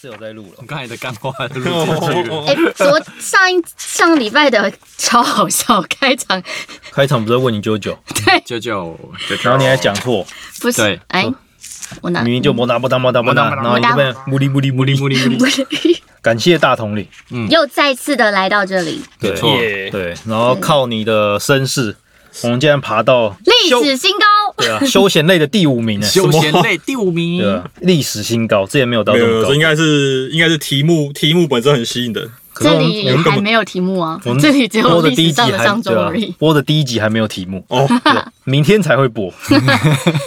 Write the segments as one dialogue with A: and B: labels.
A: 是有在录了
B: 你。刚才的干话都录进去了。
C: 哎、昨上一上礼拜的超好笑开场，
A: 开场不是问你九九，
B: 九九，
A: 然后你还讲
C: 哦
A: 错，
C: 不是
B: 对？
C: 哎、我哪
A: 明？明就摩达摩达摩达摩达，然后你这边木里木里木里木里。
C: 不是，
A: 感谢大统领，
C: 又再次的来到这里，
A: 对
B: 没错
A: 耶对，然后靠你的身世，我们竟然爬到
C: 历
A: 休
C: 史新高。
A: 对啊休闲类的第五名呢，啊
B: 休闲
A: 什么
B: 类第五名，
A: 对啊，历史新高，之前没有到
D: 没
A: 这
D: 有，
A: 么高
D: 这应。该是应该是题目，题目本身很吸引人。
A: 是
C: 这
A: 我们
C: 里
A: 我们根
C: 还
A: 本
C: 没有题目啊
A: 我，们
C: 这里只有
A: 播的
C: 历
A: 第一
C: 史
A: 集
C: 上的
A: 还
C: 上周
A: 对啊
C: 而已，。
A: 播的第一集还没有题目，啊
D: 哦，
A: 明天才会播。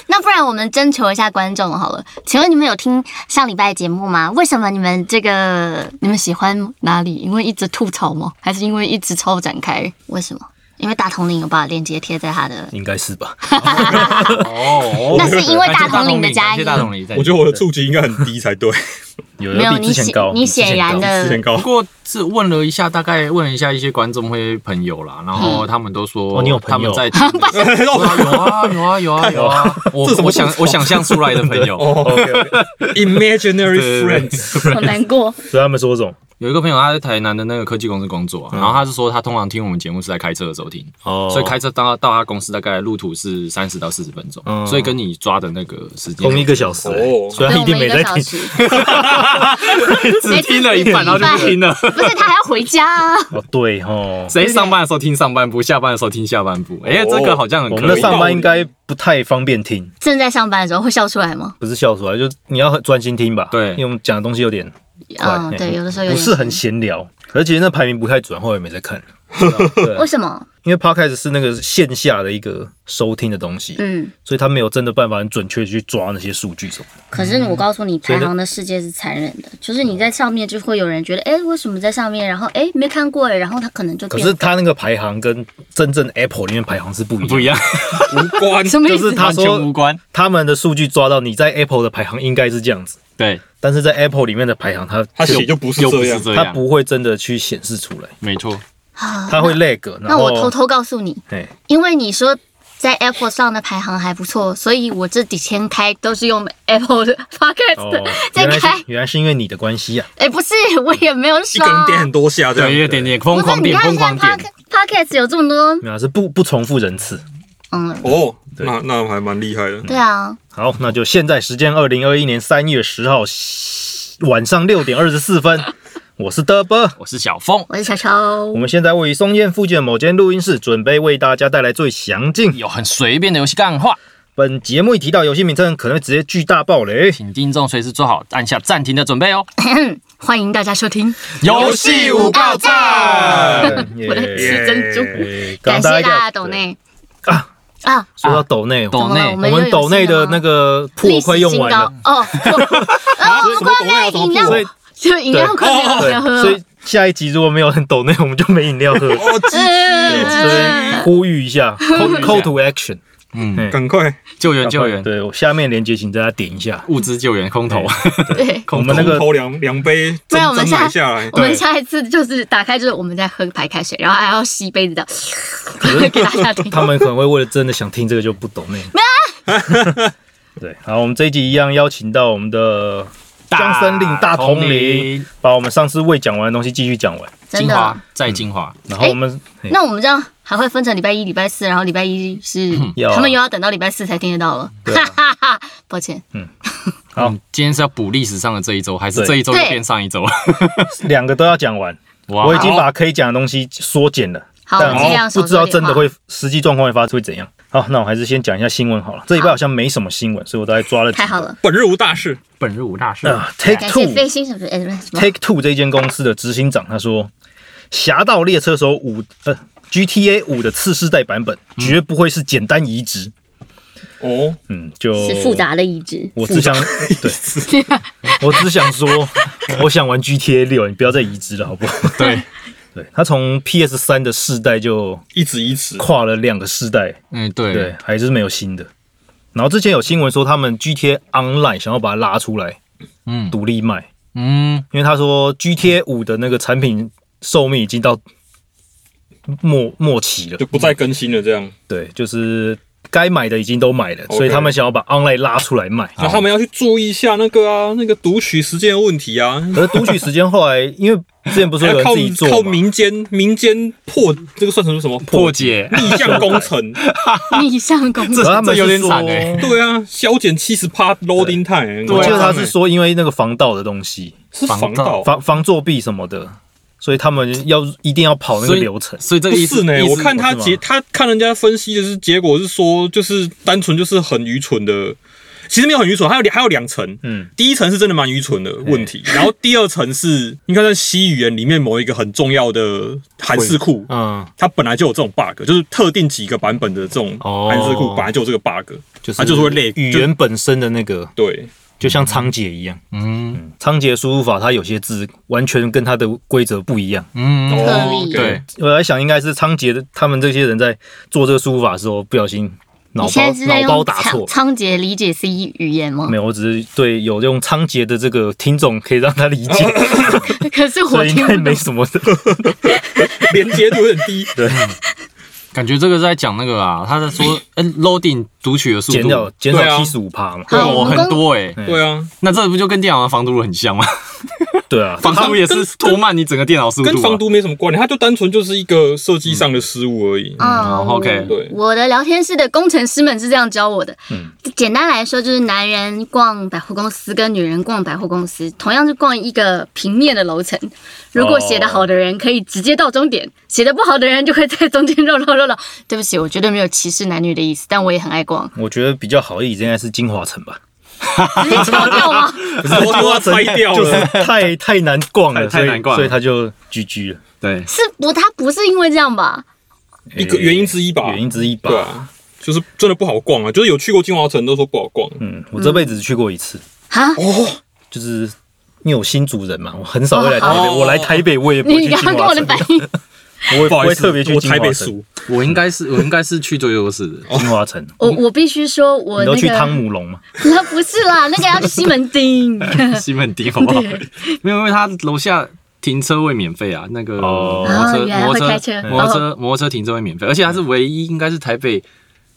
C: 那不然我们征求一下观众好了，请问你们有听上礼拜的节目吗？为什么你们这个你们喜欢哪里？因为一直吐槽吗？还是因为一直超展开？为什么？因为大统领有把链接贴在他的，
A: 应该是吧？
B: 哦
C: 那是因为大统领的加
B: 感
C: 一
B: 谢。大统领，
D: 我觉得我的触及应该很低 才对。
A: 有
C: 没
A: 有
C: 有
A: 呃比
C: 你
A: 之前
C: 显
A: 高，
C: 你
A: 比之前
C: 显然
A: 高
B: 嗯
D: 之
C: 的
D: 前高
B: 不，过是问了一下，大概问了一下一些观众会朋友啦，然后他们都说，
A: 哦你有朋
B: 他
A: 友
B: 们在听的 有啊有啊有啊 有啊，我
D: 这什么
B: 我想
D: 吐槽
B: 我想象出来的朋友，
D: Imaginary
B: 哦对对
D: friends，
C: 好难过，
A: 所以他们说这种
B: 有一个朋友他在台南的那个科技公司工作
A: 嗯
B: 啊，然后他是说他通常听我们节目是在开车的时候听，
A: 哦
B: 所以开车到到他公司大概路途是三十到四十分钟，
A: 嗯
B: 所以跟你抓的那个时间
A: 同一个小时，
D: 哦
A: 所以啊他一定没在听。
C: 时，
B: 只听了一半，然后就不听了。
C: 不是他还要回家啊。
A: 哦，对哦，
B: 谁上班的时候听上半部，下班的时候听下半部？哎、
D: 哦
B: 这个好像很
A: 我
B: 可以。
A: 们的上班应该不太方便听，
C: 正在上班的时候会笑出来吗？
A: 不是笑出来，就你要很专心听吧。
B: 对
A: 因为我们讲的东西有点
C: 嗯，
A: 快
C: 对，有的时候有
A: 不
C: 点
A: 是很闲聊，而且那排名不太准，后来也没在看。对啊
C: 为，什么？
A: 因为 podcast 是那个线下的一个收听的东西，
C: 嗯，
A: 所以他没有真的办法很准确地去抓那些数据什么的。
C: 可是我告诉你，
A: 所以
C: 排
A: 呢
C: 行的世界是残忍的，就是你在上面就会有人觉得，哎，为什么在上面？然后哎，没看过哎，然后他可能就
A: 可
C: 变
A: 是他那个排行跟真正 Apple 里面排行是不一样的，
B: 不一样，
D: 无关。
C: 什么
A: 就
C: 意思？
A: 是他
B: 完全无
A: 说
B: 关。
A: 他们的数据抓到你在 Apple 的排行应该是这样子，
B: 对，
A: 但是在 Apple 里面的排行它
D: 他写就不是
B: 又
D: 这
B: 不是
D: 样，
B: 这
A: 它
B: 样，
A: 不会真的去显示出来，
B: 没错。
C: 啊
A: 它会 lag 然
C: 那那
A: 后。
C: 我偷偷告诉你，
A: 哎，
C: 因为你说在 Apple 上的排行还不错，所以我这几天开都是用 Apple 的 Podcast
A: 哦
C: 的在
A: 原来是
C: 开。
A: 原来是因为你的关系啊，
C: 哎，不是，我也没有
D: 一个人
C: 刷。
D: 点很多下这
B: 对，
D: 样。
B: 一点点疯
C: 不是
B: 狂，
C: 你
B: 点，
C: 看
B: 疯
C: 现在
B: 狂
C: Pod
B: 点。
C: Podcast 有这么多，
A: 没有啊是不不重复人次。
C: 嗯，
D: 哦，那那还蛮厉害的。
C: 对啊，
A: 好，那就现在时间，二零二一年三月十号晚上六点二十四分，我是德波。
B: 我是小峰，
C: 我是小超
A: 我。们现在位于松烟附近的某间录音室，准备为大家带来最详尽。
B: 有很随便的游戏干话，
A: 本节目一提到游戏名称，可能会直接巨大爆雷。
B: 请听众随时做好按下暂停的准备哦。
C: 欢迎大家收听，
B: 游戏
C: 无告
B: 赞，
C: 我在
A: 耶
C: 吃珍珠。
A: 耶刚刚
C: 感谢大
A: 一个
C: 家抖内
A: 啊
C: 啊！
A: 说到抖内，
C: 怎
B: 抖
C: 么了
B: 内
C: 我
A: 我们抖内的那
C: 个
A: 个破快用完了，
C: 哦， 我啊，我们快没有饮料，就饮料快没有
A: 对
C: 要， 喝
A: 所以下一集如果没有人抖内，我们就没饮料喝。
D: 哦，
A: 对所
C: 嗯
A: 以呼吁一下 call
B: 一下
A: call to action，
B: 嗯，
D: 赶快
B: 救援救援，
A: 对我下面连接请大家点一下。
B: 物资救援，空投，
C: 对，
A: 我们那个
D: 投两两杯，
C: 不
D: 真
C: 然我们
D: 真买
C: 下
D: 下来
C: 我。们下一次就是打开就是我们在喝白开水，然后还要吸杯子的， 给大家听。
A: 他们可能会为了真的想听这个就不抖内。 对，好，我们这一集一样邀请到我们的江森令大统领，把我们上次未讲完的东西继续讲完。
C: 真
B: 精
C: 的啊
B: 华。再精华，
A: 然后我们、嘿
C: 哎那我们这样还会分成礼拜一、礼拜四，然后礼拜一是
A: 要啊
C: 他们又要等到礼拜四才听得到了，
A: 对啊
C: 哈哈哈！抱歉，
A: 好
B: 嗯，今天是要补历史上的这一周，还是
A: 对
B: 这一周又
C: 对
B: 变上一周？
A: 两个都要讲完。
B: 哇
A: 我已经把可以讲的东西缩减了，
C: 好，我们尽量
A: 但
C: 少
A: 不
C: 哦说
A: 知道
C: 点
A: 真的
C: 话
A: 会实际状况会发生会怎样。好，那我还是先讲一下新闻好了。这礼拜好像没什么新闻，所以我大概抓了几个
C: 太好了，
D: 本日无大事，
B: 本日无大事，
A: 啊，Take
C: 感谢
A: Two
C: 飞星什么哎什么什 么
A: Take Two 这间公司的执行长他说，《侠盗猎车手五》呃 GTA 五的次世代版本绝不会是简单移植，
D: 哦，
A: 嗯，就是
C: 复。杂的移植。
A: 我只想对，我只想说，我想玩 GTA 六，你不要再移植了，好不 好？
B: 对，
A: 对，他从 PS 三的世代就
D: 一直一直，
A: 跨了两个世代，
B: 嗯，对，
A: 对，还是没有新的。然后之前有新闻说，他们 GTA Online 想要把它拉出来
B: 嗯
A: 独立卖，
B: 嗯，
A: 因为他说 GTA 五的那个产品寿命已经到末末期了
D: 就。不再更新了这样。
A: 对，就是该买的已经都买了，
D: OK
A: 所以他们想要把 online 拉出来卖。
D: 那他们要去注意一下那个啊，那个读取时间的问题啊，
A: 可是读取时间后来，因为之前不是
D: 还
A: 有
D: 要
A: 人
D: 靠
A: 自己做
D: 靠
A: 嘛
D: 民间民间破这个算成什么
B: 破解，
D: 逆向工 程？
C: 逆向工
B: 这
C: 作
A: 可是他们
B: 这有
A: 是
B: 点
A: 说
B: 惨欸
D: 对啊，削减七十趴 loading time，
B: 对
A: 我
D: 我
A: 记
D: 记
A: 得
D: 得
A: 他
D: 他
A: 是
D: 是
A: 说，因为那个防盗的东西，
D: 是防
B: 防
D: 盗
B: 盗，
A: 防防作弊什么的，所以他们要一定要跑那个
B: 所以
A: 流程。
B: 所以这
D: 不
B: 个意思
D: 是呢
B: 意，思
D: 我看他
A: 是吗
D: 结他看人家分析的是结果是说，就是单纯就是很愚蠢的，其实没有很愚蠢，还有两还有两层。
A: 嗯，
D: 第一层是真的蛮愚蠢的问题，然后第二层是应该在 C 语言里面某一个很重要的函式库，
B: 嗯，
D: 它本来就有这种 bug，就是特定几个版本的这种
B: 哦
D: 函式库本来就有这个 bug，
A: 就是
D: 它就是会累
A: 语言本身的那个，
D: 对，
A: 就像仓颉一样，
B: 嗯
A: 仓颉输入法它有些字完全跟它的规则不一样。
B: 嗯，
D: 哦
C: 以
B: 对，，
A: 我在想，应该是仓颉的他们这些人在做这个输入法的时候，不小心脑包
C: 你现在是在
A: 脑包
C: 用
A: 打错
C: 仓。仓颉理解 C 语言吗
A: 没？有，我只是对有用仓颉的这个听众可以让他 理解，
C: 可是我
A: 所以应
C: 听
A: 该
C: 不
A: 没
C: 懂。
A: 什么的。
D: 连接度有点 低，
B: 感觉这个是在讲那个啊，他在说，哎，loading 读取的速
A: 减掉
B: 度，
A: 减少
D: 对啊
A: 七十五趴嘛。
C: 好
B: 对我
C: 我们
B: 很
C: 刚
B: 多哎，
D: 对啊，
B: 那这不就跟电脑的防毒很像吗？
A: 对啊，
B: 防毒也是拖慢你整个电脑速度啊，
D: 跟防毒没什么关联，它就单纯就是一个设计上的失误而已。
C: 啊、
B: 嗯，OK
C: 我
D: 对
C: 我的聊天室的工程师们是这样教我的。
A: 嗯
C: 简单来说，就是男人逛百货公司跟女人逛百货公司，同样是逛一个平面的楼层。如果写得好的人可以直接到终点，写得不好的人就会在中间绕绕绕绕。对不起，我绝对没有歧视男女的意思，但我也很 爱逛。
A: 我觉得比较好的意见应该是金华城吧。
C: 直接敲掉吗？
A: 不
D: 是我说要拆掉了
A: 就是太太难逛了，
B: 太
A: 所以
B: 太难逛了
A: 所以他就 GG 了，
B: 对，
C: 是不，他不是因为这样吧？
D: 一个原因之一吧
A: 原因之一
D: 对
A: 吧。
D: 啊，就是真的不好逛啊，就是有去过金华城都说不好逛。
A: 嗯，我这辈子只去过一次，
C: 啊，
D: 哦，
A: 就是因为我新竹人嘛，我很少会来台北，
D: 哦
A: 我来台北我也不会去
C: 你
A: 金
C: 刚刚跟
A: 华
C: 我的
A: 城，
C: 反应，
A: 我也
D: 不
A: 不
D: 好意
A: 会
D: 思，
A: 特别去
D: 我
A: 金华
D: 台北
A: 城。
D: 熟，
B: 我应该是我应该是去最优势的，
A: 金华城，
C: 我我必须说，我
A: 你
C: 那
A: 都
C: 个
A: 去汤姆龙吗？
C: 那不是啦，那个要去西 门町。
B: 西门町好不好？没有，因为他楼下停车位免费啊，那个
A: 哦
B: 摩托
C: 哦
B: 车、
C: 原来
B: 摩
C: 会
B: 托
C: 开
B: 车、
C: 车哦
B: 摩托车、摩托车停车位免费，而且它是唯一，应该是台北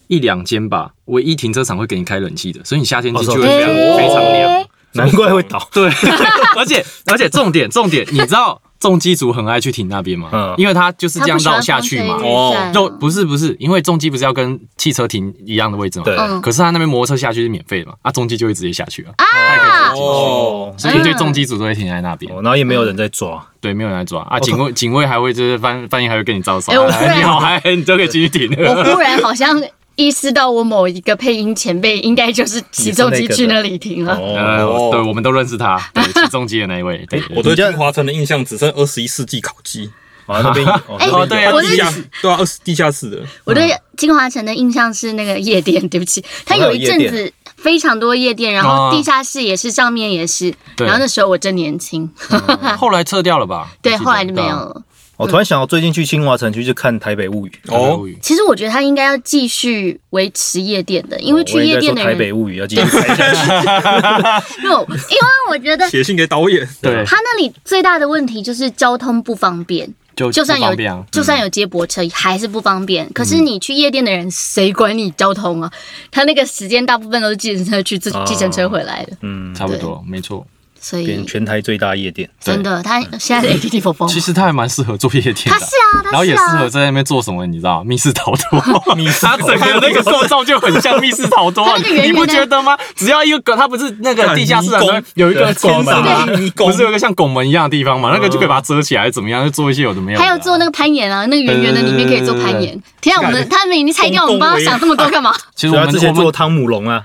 B: 一两间吧，唯一停车场会给你开冷气的，所以你夏天进去
A: 哦
B: 会
A: 是
B: 非常
C: 诶
B: 非常凉。
A: 难怪会倒。
B: 对， 而且而且重点重点，你知道重机组很爱去停那边吗
A: 嗯？
B: 因为它就是这样绕下去
C: 他
B: 嘛
C: 不喜。欢放
B: 就
C: 吹雨伞
B: 不是不是，因为重机不是要跟汽车停一样的位置嘛？
A: 对
C: 嗯
B: 可是他那边摩托车下去是免费的嘛，啊，重机就会直接下去啊，
C: 啊，
D: 哦，
B: 所以一堆重机组都会停在那边。
A: 哦然后也没有人在抓，
B: 对，没有人来抓啊！警卫警卫还会就是翻翻译还会跟你招手，
C: 哎我哦忽
B: 哎
C: 然
B: 你好嗨，你都可以继续停了。
C: 我忽然好像意识到，我某一个配音前辈应该就是起重机去那里啊停了。
A: 哦，
B: 呃，
D: 哦
B: 对，我们都认识他，对，起重机的那一位，对，
D: 我
B: 对
D: 对金华城的印象只剩二十一世纪烤鸡，
A: 好像那边哦
C: 哎
A: 那边
B: 哦
A: 有
C: 我
D: 地
C: 是
D: 下对啊，二十地下室的，
C: 我对金华城的印象是那个夜店，对不起，它有一阵
A: 哦还有
C: 子非常多夜店，然
B: 哦
A: 啊
C: 后地下室也是，上面也是。
B: 对
C: 然后那时候我正年轻，
B: 对后来撤掉了吧？
C: 对，
B: 我记得
C: 后来就没有。
A: 嗯
C: 了。
A: 我突然想到，最近去清华城区就看《台北物语》，
B: 对啊台北
D: 哦
B: 物，语
C: 其实我觉得他应该要继续维持夜店的，因为
A: 哦我
C: 去
A: 应
C: 夜
A: 该
C: 店
A: 说
C: 的
A: 台
C: 人，
A: 北物语》要继续拍下去。
C: 没有，因为我觉得
D: 写信给导演，
B: 对，
C: 他那里最大的问题就是交通不方便。
B: 就
C: 就算
B: 不方
C: 有
B: 便啊，
C: 就算有接驳车，还是不方便。可是你去夜店的人，谁管你交通啊？他那个时间大部分都是计程车去，自
A: 哦
C: 计程车回来的，
A: 嗯，
B: 差不多，没错。
C: 所
A: 变
C: 以
A: 全台最大夜店。
C: 真的，他现在 ATT 风风，
B: 其实他还蛮适合做夜店的，
C: 他是啊，
B: 嗯啊然后
C: 他是
B: 也适合
C: 啊，
B: 在那边做什么，你知道吗？密室逃脱，
A: 密室
B: 他整个那个构造就很像密室逃脱啊，
C: 他那个圆圆的
B: 你不觉得吗？只要一个狗，它不是那个地下室啊
D: 迷宫
B: 有一个
A: 对
B: 天
A: 拱
B: 上
A: 门
B: 啊
A: 啊，
D: 迷宫
B: 不是有一个像拱嗯门一样的地方嘛？那个就可以把它遮起来，怎么样？就做一些有的没有的啊。
C: 还有做那个攀岩啊，那个圆圆的里面可以做攀
B: 对对
C: 岩。天啊，我们他们已经拆掉，我们帮他想这么多干嘛？
B: 其实
A: 所以
B: 我
A: 他
B: 们
A: 之前
B: 我
A: 做
B: 们
A: 汤姆龙啊。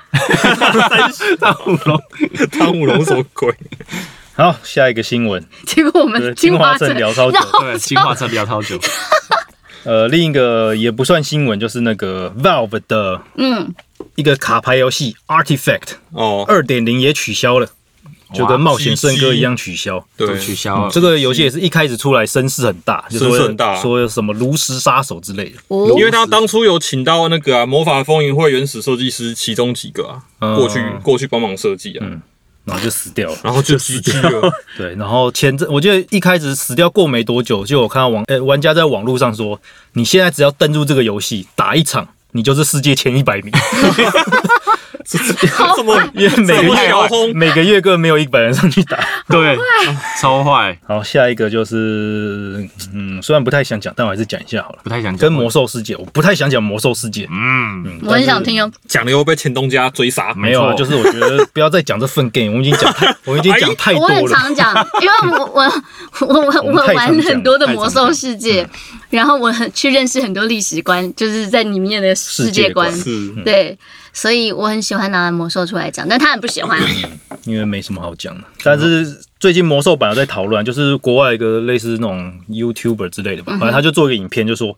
B: 大舞龙，
D: 汤姆龙什么鬼？
A: 好，下一个新闻，
C: 结果我们
A: 对金华
C: 城
A: 镇聊超久
C: 绕
B: 对，金华车聊超久，
A: 呃，另一个也不算新闻，就是那个 Valve 的
C: 嗯，
A: 一个卡牌游戏 Artifact
D: 哦，
A: 二点零也取消了，就跟冒险圣歌一样取消。嗯
B: 都
D: 对，
B: 取消了
A: 这。个游戏也是一开始出来声势很大，就
D: 嗯声势很大
A: 说说有什么炉石杀手之 类的。
C: 哦
D: 因为他当初有请到那个啊，魔法风云会原始设计师其中几个啊，
A: 嗯
D: 过去过去帮忙设计啊，
A: 然后就死掉了，
D: 然后就 GG 了，
A: 对。然后前阵我记得一开始死掉过没多久，就有看到网呃玩家在网络上说，你现在只要登入这个游戏打一场，你就是世界前一百 名，
D: 这么
A: 因为每个
D: 这么
A: 月
D: 摇轰
A: 每个月各没有一百人上去打。
B: 对，超坏，
A: 好，下一个就是，嗯，虽然不太想讲，但我还是讲一下好了。
B: 不太想讲
A: 跟魔兽世界，我不太想讲魔兽世界。
B: 嗯，
A: 嗯
C: 我很想听。哦，
D: 讲了又被前东家追杀，
A: 但是没有啊，
B: 没错
A: 就是我觉得不要再讲这份 game，我们已经讲太，我们已经 讲太
C: 哎
A: 多
C: 我很
A: 了。
C: 常讲，因为我我我我
A: 我
C: 我
A: 们太常
C: 玩
A: 讲
C: 很多的
A: 太常
C: 魔
A: 讲
C: 兽世界，然后我很去认识很多历史观，就是在里面的世
A: 界
C: 界观。
A: 观
D: 是
C: 对，所以我很喜欢拿魔兽出来讲，但他很不喜欢。
A: 因为没什么好讲的。但是最近魔兽版有在讨论啊，就是国外一个类似那种 YouTuber 之类的
C: 嗯
A: 吧，反正他就做一个影片，就说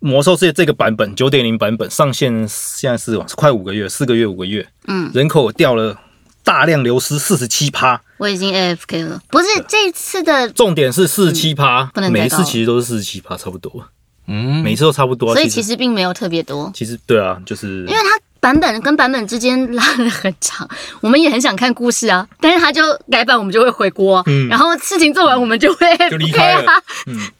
A: 魔兽世界这个版本九点零版本上线现在是快五个月，四个月五个月，
C: 嗯，
A: 人口掉了大量流失四十七趴，
C: 我已经 AFK 了，不是这一次的，
A: 重点是四十七趴
C: 嗯不，能再
A: 每一次
C: 高
A: 其实都是四十七趴，差不多，
B: 嗯，
A: 每一次都差不多啊。
C: 所以其实并没有特别多，
A: 其实对啊，就是
C: 因为它版本跟版本之间拉的很长，我们也很想看故事啊，但是他就改版，我们就会回锅，啊
D: 嗯
C: 然后事情做完，我们就会 AFK
D: 就离开了
C: 啊。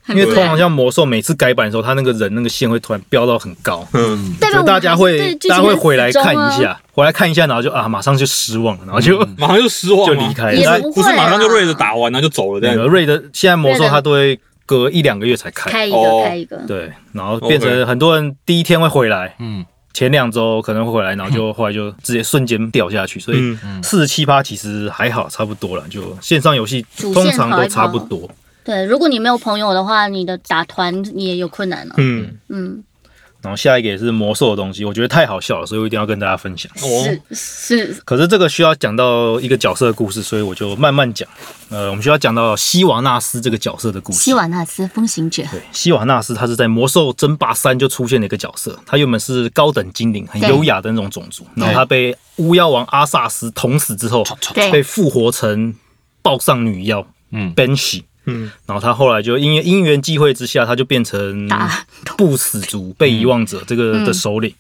A: 因为通常像魔兽每次改版的时候，他那个人那个线会突然飙到很高，
D: 嗯，
C: 代
A: 所
C: 表
A: 以大家会大家会回来
C: 啊
A: 看一，下，回来看一下，然后就啊马上就失望了，然后就、
D: 马上就失望
A: 就
D: 吗
A: 离开
C: 哦也
A: 了。
C: 不
D: 不是
C: 会啊
D: 马上就瑞着打完然后就走了这
A: 那
D: 样
A: 个。瑞的现在魔兽
C: 瑞的
A: 它都会隔一两个月才开，
C: 开一个
D: 哦
C: 开一个，
A: 对，然后变成很多人第一天会回来，
B: 嗯，
A: 前两周可能会回来，然后就后来就直接瞬间掉下去，所以四十七趴其实还好，差不多了。就线上游戏
C: 主
A: 通
C: 线
A: 常
C: 跑
A: 都
C: 一
A: 差
C: 跑
A: 不多。
C: 对，如果你没有朋友的话，你的打团也有困难了。
D: 嗯，
C: 嗯，
A: 然后下一个也是魔兽的东西，我觉得太好笑了，所以我一定要跟大家分享。
D: 哦，
C: 是是，
A: 可是这个需要讲到一个角色的故事，所以我就慢慢讲。呃，我们需要讲到希瓦纳斯这个角色的故事。
C: 希瓦纳斯风行者，
A: 对，希瓦纳斯他是在《魔兽争霸三》就出现的一个角色，他原本是高等精灵，很
C: 对
A: 优雅的那种种族，然后他被巫妖王阿萨斯捅死之后，
C: 对
A: 被复活成暴丧女妖
B: 嗯
A: Banshee，
D: 嗯，
A: 然后他后来就因为因缘际会之下，他就变成
C: 打
A: 不死族被遗忘者这个
C: 嗯
A: 的首领。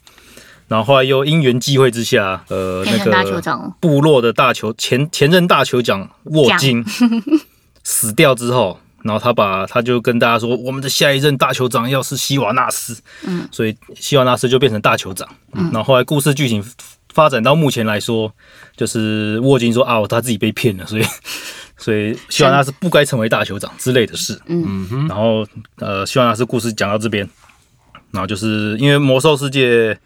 A: 然后后来又因缘际会之下，呃，
C: 变
A: 那
C: 成大酋长
A: 个部落的大酋前前任大酋长沃金死掉之后，然后他把他就跟大家说，我们的下一任大酋长要是希瓦纳斯，
C: 嗯，
A: 所以希瓦纳斯就变成大酋长。嗯，然后后来故事剧情发展到目前来说，就是沃金说啊，他自己被骗了，所以 所以希瓦纳斯不该成为大酋长之类的事。
B: 嗯哼，
A: 然后呃，希望纳斯故事讲到这边，然后就是因为魔兽世界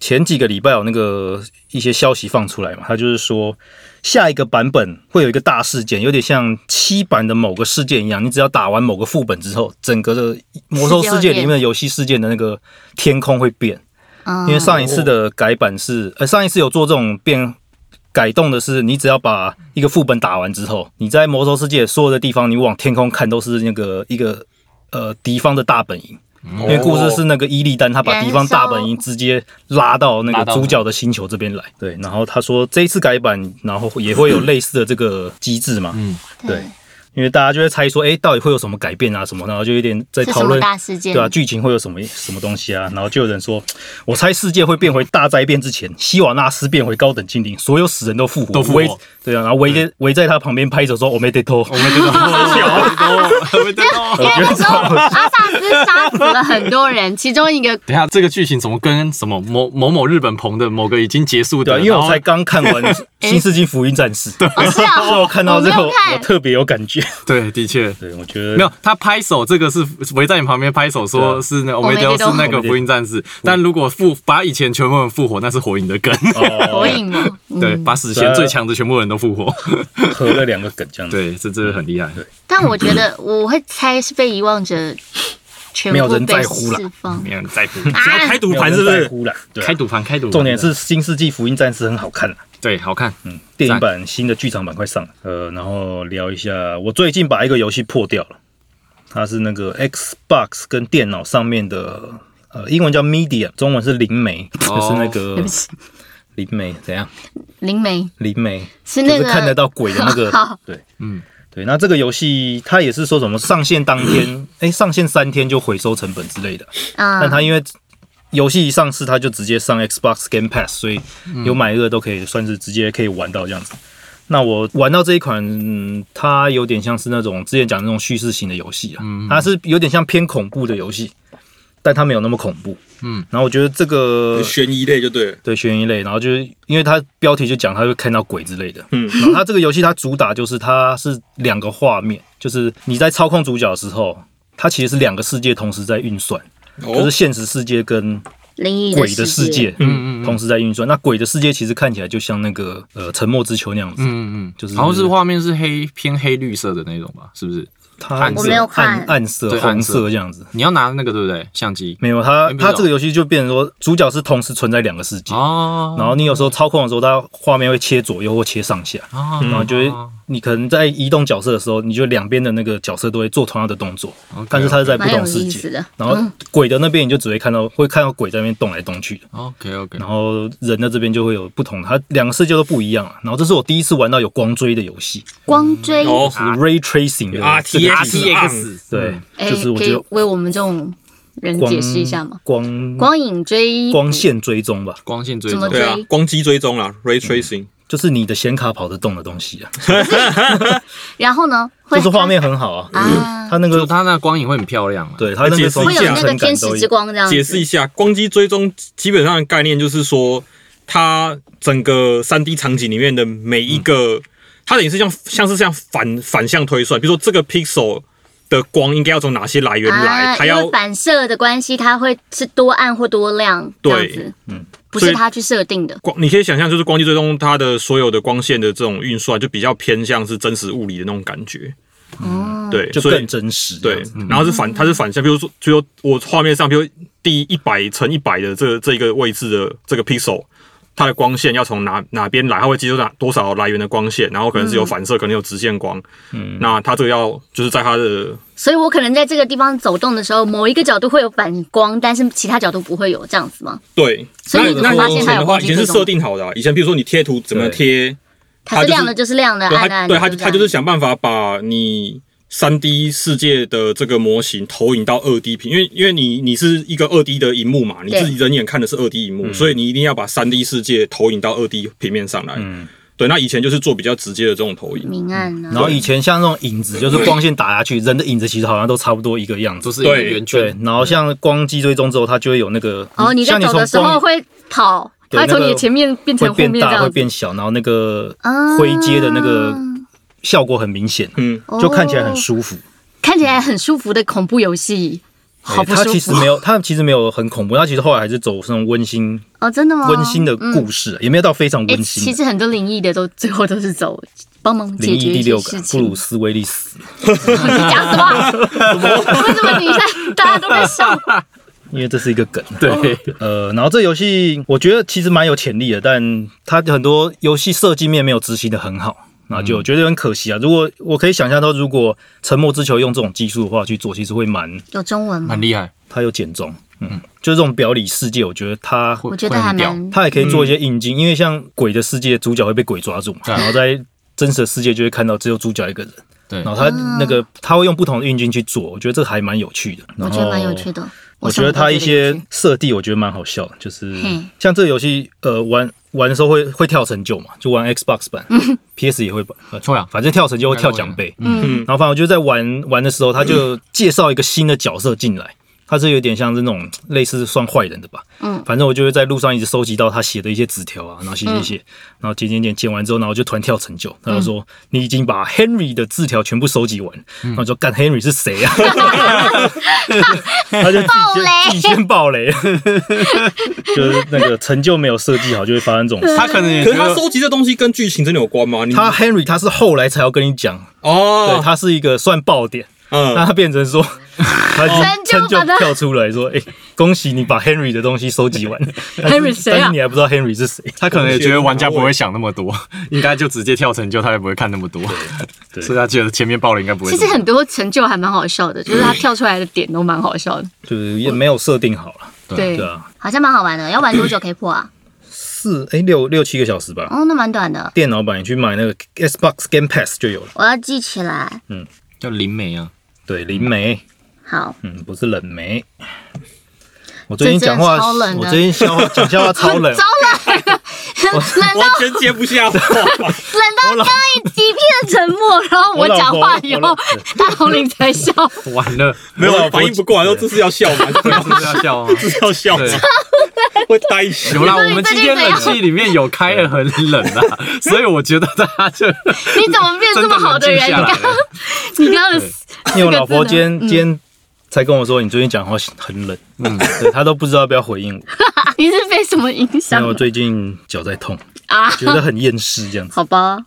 A: 前几个礼拜有那个一些消息放出来嘛，他就是说下一个版本会有一个大事件，有点像七版的某个事件一样，你只要打完某个副本之后，整个的魔兽世界里面的游戏世界的那个天空会变，
C: 嗯，
A: 因为上一次的改版是呃上一次有做这种变。改动的是，你只要把一个副本打完之后，你在魔兽世界所有的地方，你往天空看都是那个一个呃敌方的大本营，
D: 因
A: 因为故事是那个伊利丹，他把
C: 燃烧
A: 敌方大本营直接拉到那
B: 拉
A: 个
B: 到
A: 主角的星球这边来。对，然后他说这一次改版，然后也会有类似的这个机制嘛，
B: 嗯
A: 对，因为大家就会猜说，哎，到底会有什么改变啊什么，然后就有点在
C: 是
A: 讨
C: 什么
A: 论。
C: 大事件？
A: 对啊，剧情会有什么什么东西啊？然后就有人说，我猜世界会变回大灾变之前，希瓦纳斯变回高等精灵，所有死人都复活，
B: 都复活
A: 围对啊，然后围着围在他旁边拍手说，我没得 偷，啊
B: 我们真的好小，我们真的好
C: 因为那时候
B: 啊
C: 阿萨斯杀死了很多人，其中 一个
B: 等一下，这个剧情怎么跟什么某某某日本棚的某个已经结束
A: 对、
B: 的？
A: 啊，因为我
B: 然后
A: 才刚看 完《新世纪福音战士》，对，
C: 哦是
A: 所以
C: 啊，
A: 我看到
C: 我没
A: 这个
C: 有
A: 我
C: 看，
A: 特别有感觉。
B: 对，的确
A: 对，我觉得
B: 没有他拍手，这个是围在你旁边拍手，
A: 对啊
B: 说是那我们都是那个福音战士。但如果复把以前全部人复活，那是火影的梗，
C: 火
A: 哦，
C: 影嘛，嗯
B: 对，把史前最强的全部人都复活，
A: 合了两个梗这样子。
B: 对，这真的很厉害。
C: 但我觉得我会猜是被遗忘者全
A: 没有
C: 部
A: 人
C: 被
A: 在乎啦
C: 释放
B: 没有人在乎，
D: 要开赌盘是不
A: 啊没有人在
D: 是？
A: 乎啦，对啊
B: 开赌盘，开赌盘
A: 重点是《新世纪福音战士》很好看啊
B: 对，好看，
A: 嗯，电影版新的剧场版快上了。呃，然后聊一下，我最近把一个游戏破掉了，它是那个 Xbox 跟电脑上面的，呃，英文叫 Media，中文是灵媒，
B: 哦
A: 就是那个
C: 对不起
A: 灵媒怎样？
C: 灵媒
A: 灵媒
C: 是那
A: 就
C: 个，
A: 是看得到鬼的那个
C: 好
A: 对。
B: 嗯，
A: 对，那这个游戏它也是说什么上线当 天，哎、上线三天就回收成本之类的，
C: 啊
A: 但它因为游戏一上市，它就直接上 Xbox Game
B: 嗯
A: Pass，所以有买热都可以算是直接可以玩到这样子。那我玩到这一款，嗯它有
B: 嗯
A: 点像是那种之前讲的那种叙事型的游戏啊，它是有点像偏恐怖的游戏，但它没有那么恐怖。
B: 嗯，
A: 然后我觉得这个
D: 悬疑类就对了。
A: 对悬疑类，然后就是因为它标题就讲它会看到鬼之类的。
D: 嗯
A: 然后它这个游戏它主打就是它是两个画面，就是你在操控主角的时候，它其实是两个世界同时在运算，就
D: 哦
A: 是，现实世界跟
C: 灵异
A: 鬼的
C: 的
A: 世界，
B: 嗯嗯嗯
A: 同时在运算。那鬼的世界其实看起来就像那个呃沉默之丘那样子，
B: 嗯嗯，
A: 就是
B: 好像是画面是黑偏黑绿色的那种吧，是不是？
A: 它
B: 暗色
C: 我没有看
A: 暗暗色、
B: 对
A: 红
B: 暗色
A: 色这样子。
B: 你要拿那个对不对？相机
A: 没有，它
B: 没有
A: 它这个游戏就变成说，主角是同时存在两个世界，
B: 哦，
A: 然后你有时候操控的时候，它画面会切左右或切上下，
B: 哦，
A: 然后就会你可能在移动角色的时候，你就两边的那个角色都会做同样的动作，
B: OK，
A: 但是它是在不
C: 蛮有
A: 同世
C: 意思
A: 界。
C: 的。嗯
A: 然后鬼的那边你就只会看到会看到鬼在那边动来动去的，
B: OK OK，
A: 然后人的这边就会有不同，它两个世界都不一样了。啊然后这是我第一次玩到有光追的游戏，
C: 光追，
D: 哦
A: 是 ray tracing 的
D: 啊
A: 这个
D: RTX
A: 技术
B: RTX
A: 对，
D: 嗯
C: 哎，
A: 就是我
C: 可
A: 觉
C: 以
A: 得
C: 为我们这种人
A: 光
C: 解释一下吗？
A: 光嗯
C: 光影追
A: 光线追踪吧，
B: 光线追
C: 怎
B: 踪
C: 么
D: 对啊
C: 追，
D: 光机追踪啦，ray tracing，
A: 就是你的显卡跑得动的东西啊，
C: 然后呢，会
A: 就是画面很好啊，
C: 啊，
A: 它那
B: 就
A: 个
B: 它那光影会很漂亮啊，
A: 对它那
D: 解
A: 个
D: 释
A: 从
D: 一
C: 会有
A: 层
D: 下
C: 那个天
A: 感
C: 使
A: 都
C: 之
A: 有，
C: 光这样子
D: 解释一下，光机追踪基本上的概念就是说，它整个三 D 场景里面的每一个，
C: 嗯
D: 它等于是像像是像反反向推算，比如说这个 pixel 的光应该要从哪些来源来，
C: 啊，
D: 它
C: 因
D: 要
C: 为反射的关系，它会是多暗或多亮这样
D: 对
C: 子，
A: 嗯
C: 不
D: 所
C: 是
D: 以
C: 它去设定的。
D: 光，你可以想象，就是光机追踪它的所有的光线的这种运算，就比较偏向是真实物理的那种感觉。
C: 哦，
D: 对，
A: 就
D: 所以
A: 更真实这
D: 对
A: 样子。，
D: 然后是反，它是反向，比如说，比如说我画面上，比如第一百乘一百的这个这一个位置的这个 pixel。它的光线要从哪哪边来？它会接收哪多少来源的光线？然后可能是有反射，可能有直线光。嗯，那它这个要就是在它的
C: 所以我可能在这个地方走动的时候，某一个角度会有反光，但是其他角度不会有这样子吗？
D: 对，
C: 所以你
D: 那
C: 发现
D: 以
C: 它
D: 前
C: 有
D: 的
C: 光
D: 话，
C: 机
D: 以前是
C: 追踪
D: 设定好的啊、以前比如说你贴图怎么
A: 对
D: 贴，
C: 它是
D: 它就是
C: 亮的，就是亮的，
D: 对
C: 暗的
D: 他
C: 暗
D: 对
C: 的，
D: 他
C: 不
D: 啊他就是想办法把你三 D 世界的这个模型投影到二 D 屏，因为因为你你是一个二 D 的荧幕嘛，你
C: 对
D: 自己人眼看的是二 D 荧幕，所以你一定要把三 D 世界投影到二 D 平面上来。
A: 嗯
D: 对，那以前就是做比较直接的这种投影，
C: 明暗
A: 然
C: 啊。
A: 后以前像那种影子，就是光线打下去，人的影子其实好像都差不多一个样
B: 都
A: 子。
B: 是一个
D: 对
B: 圆
A: 对
B: 圈，，
A: 然后像光机追踪之后，它就会有那个
C: 哦，你
A: 像
C: 在走的时
A: 从光
C: 候会跑，
A: 对
C: 它会
A: 那
C: 从你
A: 个
C: 的前面变
A: 会
C: 成后
A: 变
C: 面这
A: 大会
C: 样子。
A: 变小，然后那个
C: 啊
A: 灰阶的那个效果很明显，
D: 嗯，
C: 哦
A: 就看起来很舒服。
C: 看起来很舒服的恐怖游戏，好
A: 欸
C: 不
A: 它
C: 舒
A: 其实
C: 服
A: 没有，它其实没有很恐怖，它其实后来还是走那种温馨
C: 哦，真的吗？
A: 温馨的
C: 嗯
A: 故事，也没有到非常
C: 哎，
A: 温馨
C: 其
A: 的。
C: 实很多灵异的都最后都是走帮忙
A: 灵
C: 解
A: 异
C: 决
A: 第
C: 一
A: 六
C: 些
A: 感
C: 事，
A: 布
C: 情。
A: 鲁斯威利斯，
C: 你讲什么？为什么你在大家都在笑？
A: 因为这是一个梗。
B: 对，
A: 呃，然后这游戏我觉得其实蛮有潜力的，但它很多游戏设计面没有执行的很好，那就觉得很可惜啊。如果我可以想象到，如果《沉默之球》用这种技术的话去做，其实会蛮
C: 有中文吗？
B: 很厉害，
A: 它有减重，嗯，就是这种表里世界，我觉得它
B: 会
C: 我觉得
B: 会
C: 还
B: 很屌
C: 蛮
A: 它也可以做一些引经，因为像鬼的世界，主角会被鬼抓住嘛，
B: 对
A: 然后在真实的世界就会看到只有主角一个人，
B: 对
A: 然后他
C: 啊
A: 那个他会用不同的运镜去做，我觉得这个还蛮有趣的。
C: 我
A: 然
C: 觉
A: 后
C: 得蛮有趣的。
A: 我
C: 什
A: 觉
C: 么
A: 得
C: 都
A: 它一
C: 有
A: 些
C: 趣
A: 设定我觉得蛮好笑的，就是
C: 嘿
A: 像这个游戏，呃，玩玩的时候会会跳成就嘛，就玩 Xbox 版，PS 也会吧，呃
B: 会啊
A: 反正跳成就会跳奖杯。
D: 嗯
A: 然后反正我就在玩玩的时候，他就介绍一个新的角色进来，他是有点像这种类似算坏人的吧，
C: 嗯，
A: 反正我就会在路上一直收集到他写的一些纸条啊，然后写写写，然后剪剪剪剪完之后，然后我就突然跳成就，他就说你已经把 Henry 的字条全部收集完，然后我就干 Henry 是谁啊？他就自己先自己先爆雷， 就是那个成就没有设计好，就会发生这种事。
B: 他可能也
D: 哎可
B: 觉
D: 是他
B: 得
D: 收集的东西跟剧情真的有关吗？你
A: 他 Henry 他是后来才要跟你讲，对
D: 哦，
A: 他是一个算爆点，那
D: 嗯，
A: 他变成说，他已经
C: 成
A: 成
C: 就
A: 就
C: 把他
A: 跳出来说，哎，恭喜你把 Henry 的东西收集完
C: Henry 谁啊
A: 但是你还不知道 Henry 是谁，
B: 他可能也觉得玩家不会想那么多， 应该就直接跳成就，他也不会看那么多，
A: 对
B: 所以他觉得前面爆了应该不会
C: 其
B: 怎么
C: 实
B: 样。
C: 很多成就还蛮好笑的，就是他跳出来的点都蛮好笑的。
A: 就是也没有设定好了。
C: 对
A: 对，啊，
C: 好像蛮好玩的。要玩多久可以破啊？
A: 四哎六六七个小时吧。
C: 哦，那蛮短的，
A: 电脑版你去买那个 Xbox Game Pass 就有了。
C: 我要记起来。
B: 叫灵媒啊，
A: 对，灵媒，
C: 好，
A: 嗯，不是冷媒。我最近讲话，
C: 这真的超冷的
A: 我最近笑话讲笑话超冷
C: 糟，了，难道
D: 完全接不下话。
A: 我
C: 难道
A: 老
C: 刚刚一一片沉默，然后我讲话以
A: 我老
C: 后，大红领才笑？
B: 完 了，
D: 没有
A: 我老婆
D: 反应不过来，说这是要笑吗？
B: 这样子要笑吗？
D: 这是要笑吗
B: 对？
D: 会呆笑
B: 有。 啦，
C: 你说
B: 我
C: 你
B: 们
C: 最
B: 今
C: 近
B: 天
C: 怎样
B: 冷气里面有开了，很冷 啊，所以我觉得大家就
C: 你怎么变这
B: 真的
C: 么好
B: 冷
C: 的
B: 静
C: 人？你
B: 下来
C: 刚
B: 了。
C: 你刚刚的
A: 因为我老婆今天
C: 这个字呢嗯
A: 今天才跟我说，你最近讲话很冷，嗯，对她都不知道要不要回应我，
C: 啊你是被什么影
A: 因
C: 响
A: 为我最近脚在痛，
C: 啊？
A: 觉得很厌世这样子。
C: 好吧，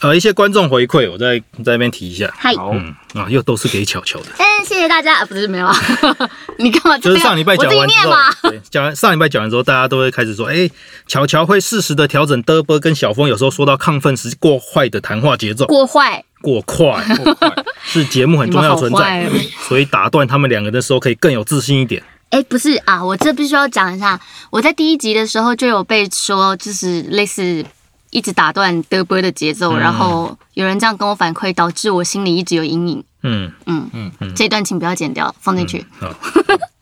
A: 呃，一些观众回馈，我再在那边提一下，
C: 嗨，
B: 好，
A: 嗯啊，又都是给巧巧的，
C: 哎，谢谢大家啊，不是没有啊， 你干嘛这
A: 就
C: 样？
A: 是上礼拜
C: 啊我
A: 讲
C: 自己
A: 完之
C: 念
A: 后
C: 嘛。，
A: 对，讲完上礼拜讲完之后，大家都会开始说，哎、巧巧会适时的调整德波跟小峰有时候说到亢奋时过快的谈话节奏，
C: 过坏，
A: 过快 是节目很重要的存
C: 你
A: 在
C: 们好坏，哦
A: 所以打断他们两个的时候可以更有自信一点。
C: 哎，不是啊，我这必须要讲一下，我在第一集的时候就有被说，就是类似一直打断德波的节
A: 嗯
C: 奏，然后有人这样跟我反馈，导致我心里一直有阴影。
A: 嗯，
C: 嗯嗯嗯，这一段请不要剪掉，放进去。
A: 好，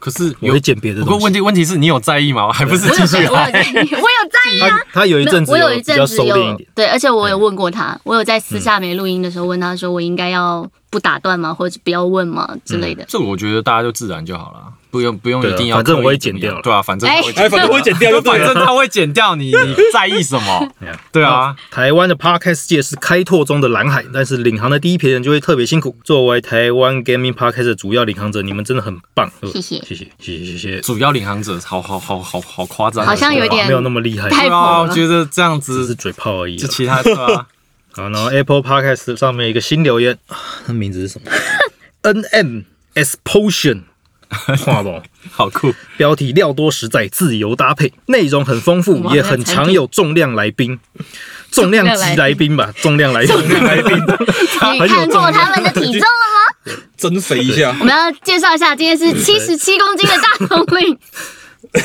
B: 可是
A: 我
B: 有
A: 会剪别的
B: 不过
A: 东
B: 问
A: 西。
B: 题问题是你有在意吗？还不是继续啊
C: 我有
B: 来？
C: 在意，我有在意啊。
A: 他他有一阵子
C: 我有一
A: 比
C: 阵
A: 较
C: 子
A: 收敛一
C: 有
A: 点，嗯
C: 对，而且我有问过他，我有在私下没录音的时候问他说，我应该要不打断吗，或者不要问吗之类
A: 嗯
C: 的。
B: 这我觉得大家就自然就好了，不用不用
A: 对啊
B: 一定要刻意
A: 反
B: 怎么样。
A: 正我会剪掉了
B: 对啊，反正
C: 哎
B: 我会
D: 哎，反正会剪掉就对
B: 反正
D: 了。
B: 他会剪掉你，你在意什么？
A: Yeah
B: 对啊，
A: 台湾的 podcast 界是开拓中的蓝海，但是领航的第一批人就会特别辛苦。作为台湾 gaming podcast 的主要领航者，你们真的很棒，呃
C: 谢谢
A: 谢谢，谢谢，谢谢。
B: 主要领航者，好好好好好夸张，啊
C: 好像有点
A: 没有那么厉害，
C: 太
B: 对
C: 捧
B: 啊，
C: 了
B: 我觉得这样
A: 只是
B: 子，
A: 嘴炮而已
B: 就
A: 啊。
B: 其他对啊，
A: 好，然后 Apple Podcast 上面一个新留言，啊那名字是什么 ？N M Explosion，看不懂？
B: 好酷，
A: 标题料多实在，自由搭 配，内容很丰富，
C: 哇
A: 也很常有重量来宾，重量级来宾吧，重量来宾，重量来宾，
C: 你看过他们的体重了吗？
D: 增肥一下
C: 我，们要介绍一下，今天是七十七公斤的大红 领，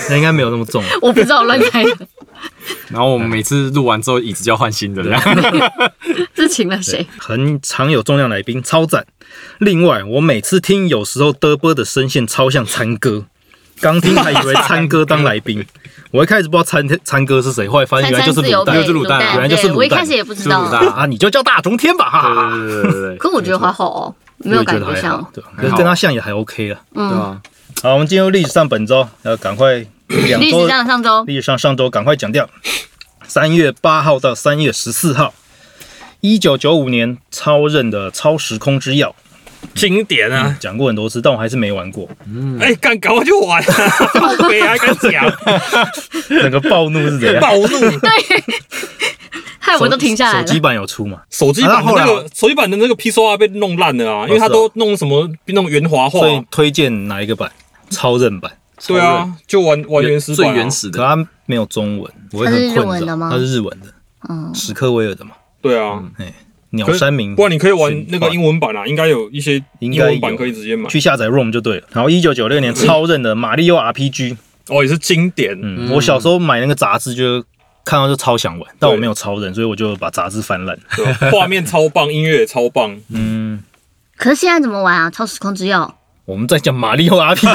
A: 那 应该没有那么重。
C: 我不知道我乱猜的，
B: 然后我们每次录完之后椅子就要换新的，这样
C: 这请了谁？
A: 很常有重量来宾，超赞。另外，我每次听有时候德波的声线超像参哥，刚听还以为参哥当来 宾，我一开始不知道参参哥是谁，后来发现
C: 三
A: 原来
C: 三
A: 就是
C: 自由
A: 卤蛋，
C: 杯，
B: 就是卤蛋
A: 原来就是卤
C: 对，
A: 蛋
C: 我一开始也不知道
B: 就是卤。蛋
A: 啊，你就叫大中天吧，哈哈哈。
B: 对对对对对，
C: 可我觉得还好哦，没
A: 我
C: 有
A: 也觉
C: 感
A: 得
C: 觉
A: 还
C: 像
A: 好，。对，可是跟他像也还 OK 了。
B: 对
C: 嗯，
B: 啊，
A: 好，我们进入历史上本周，呃，赶快两
C: 历
A: 周
C: 史上上周
A: 历史上上周赶快讲掉，三月八号到三月十四号，一九九五年超任的超时空之钥
D: 经典啊！
A: 讲过很多次，但我还是没玩过，
D: 哎，敢搞我就 玩，好悲啊！敢讲，
A: 整个暴怒是 怎样？
D: 暴怒。
A: 哎
C: 害我都停下来
A: 手机
C: 了。
A: 版有出嘛？
D: 手机版的那
B: 啊后来
D: 个手机版的那个 P O R 被弄烂了啊，因为它都弄什么弄圆滑化
A: 哦所，以推荐哪一个版？超任版，
D: 对啊，就玩玩原始版
B: 最
D: 啊，
B: 原始
A: 可
B: 的，
A: 它没有中文，我也
C: 它是
A: 很
C: 日
A: 困
C: 文的
A: 扰。
C: 吗
A: 它是日文的，
C: 嗯，
A: 史克威尔的嘛，
D: 对
A: 嗯
D: 啊。
A: 鸟山明
D: 不。然你可以玩那个
A: 选
D: 英文版啊，应该有一些
A: 应
D: 英
A: 该有
D: 文版可以直接买。
A: 去下载 ROM 就对了。然后一九九六年超任的《马里奥 RPG》，
D: 哦，也是经典，
A: 嗯，我小时候买那个杂志就看到就超想玩，但我没有超任，所以我就把杂志翻烂。
D: 对吧画面超棒，音乐也超棒。
A: 嗯，
C: 可是现在怎么玩啊？超时空之钥，
A: 我们在讲《马里奥 RPG》，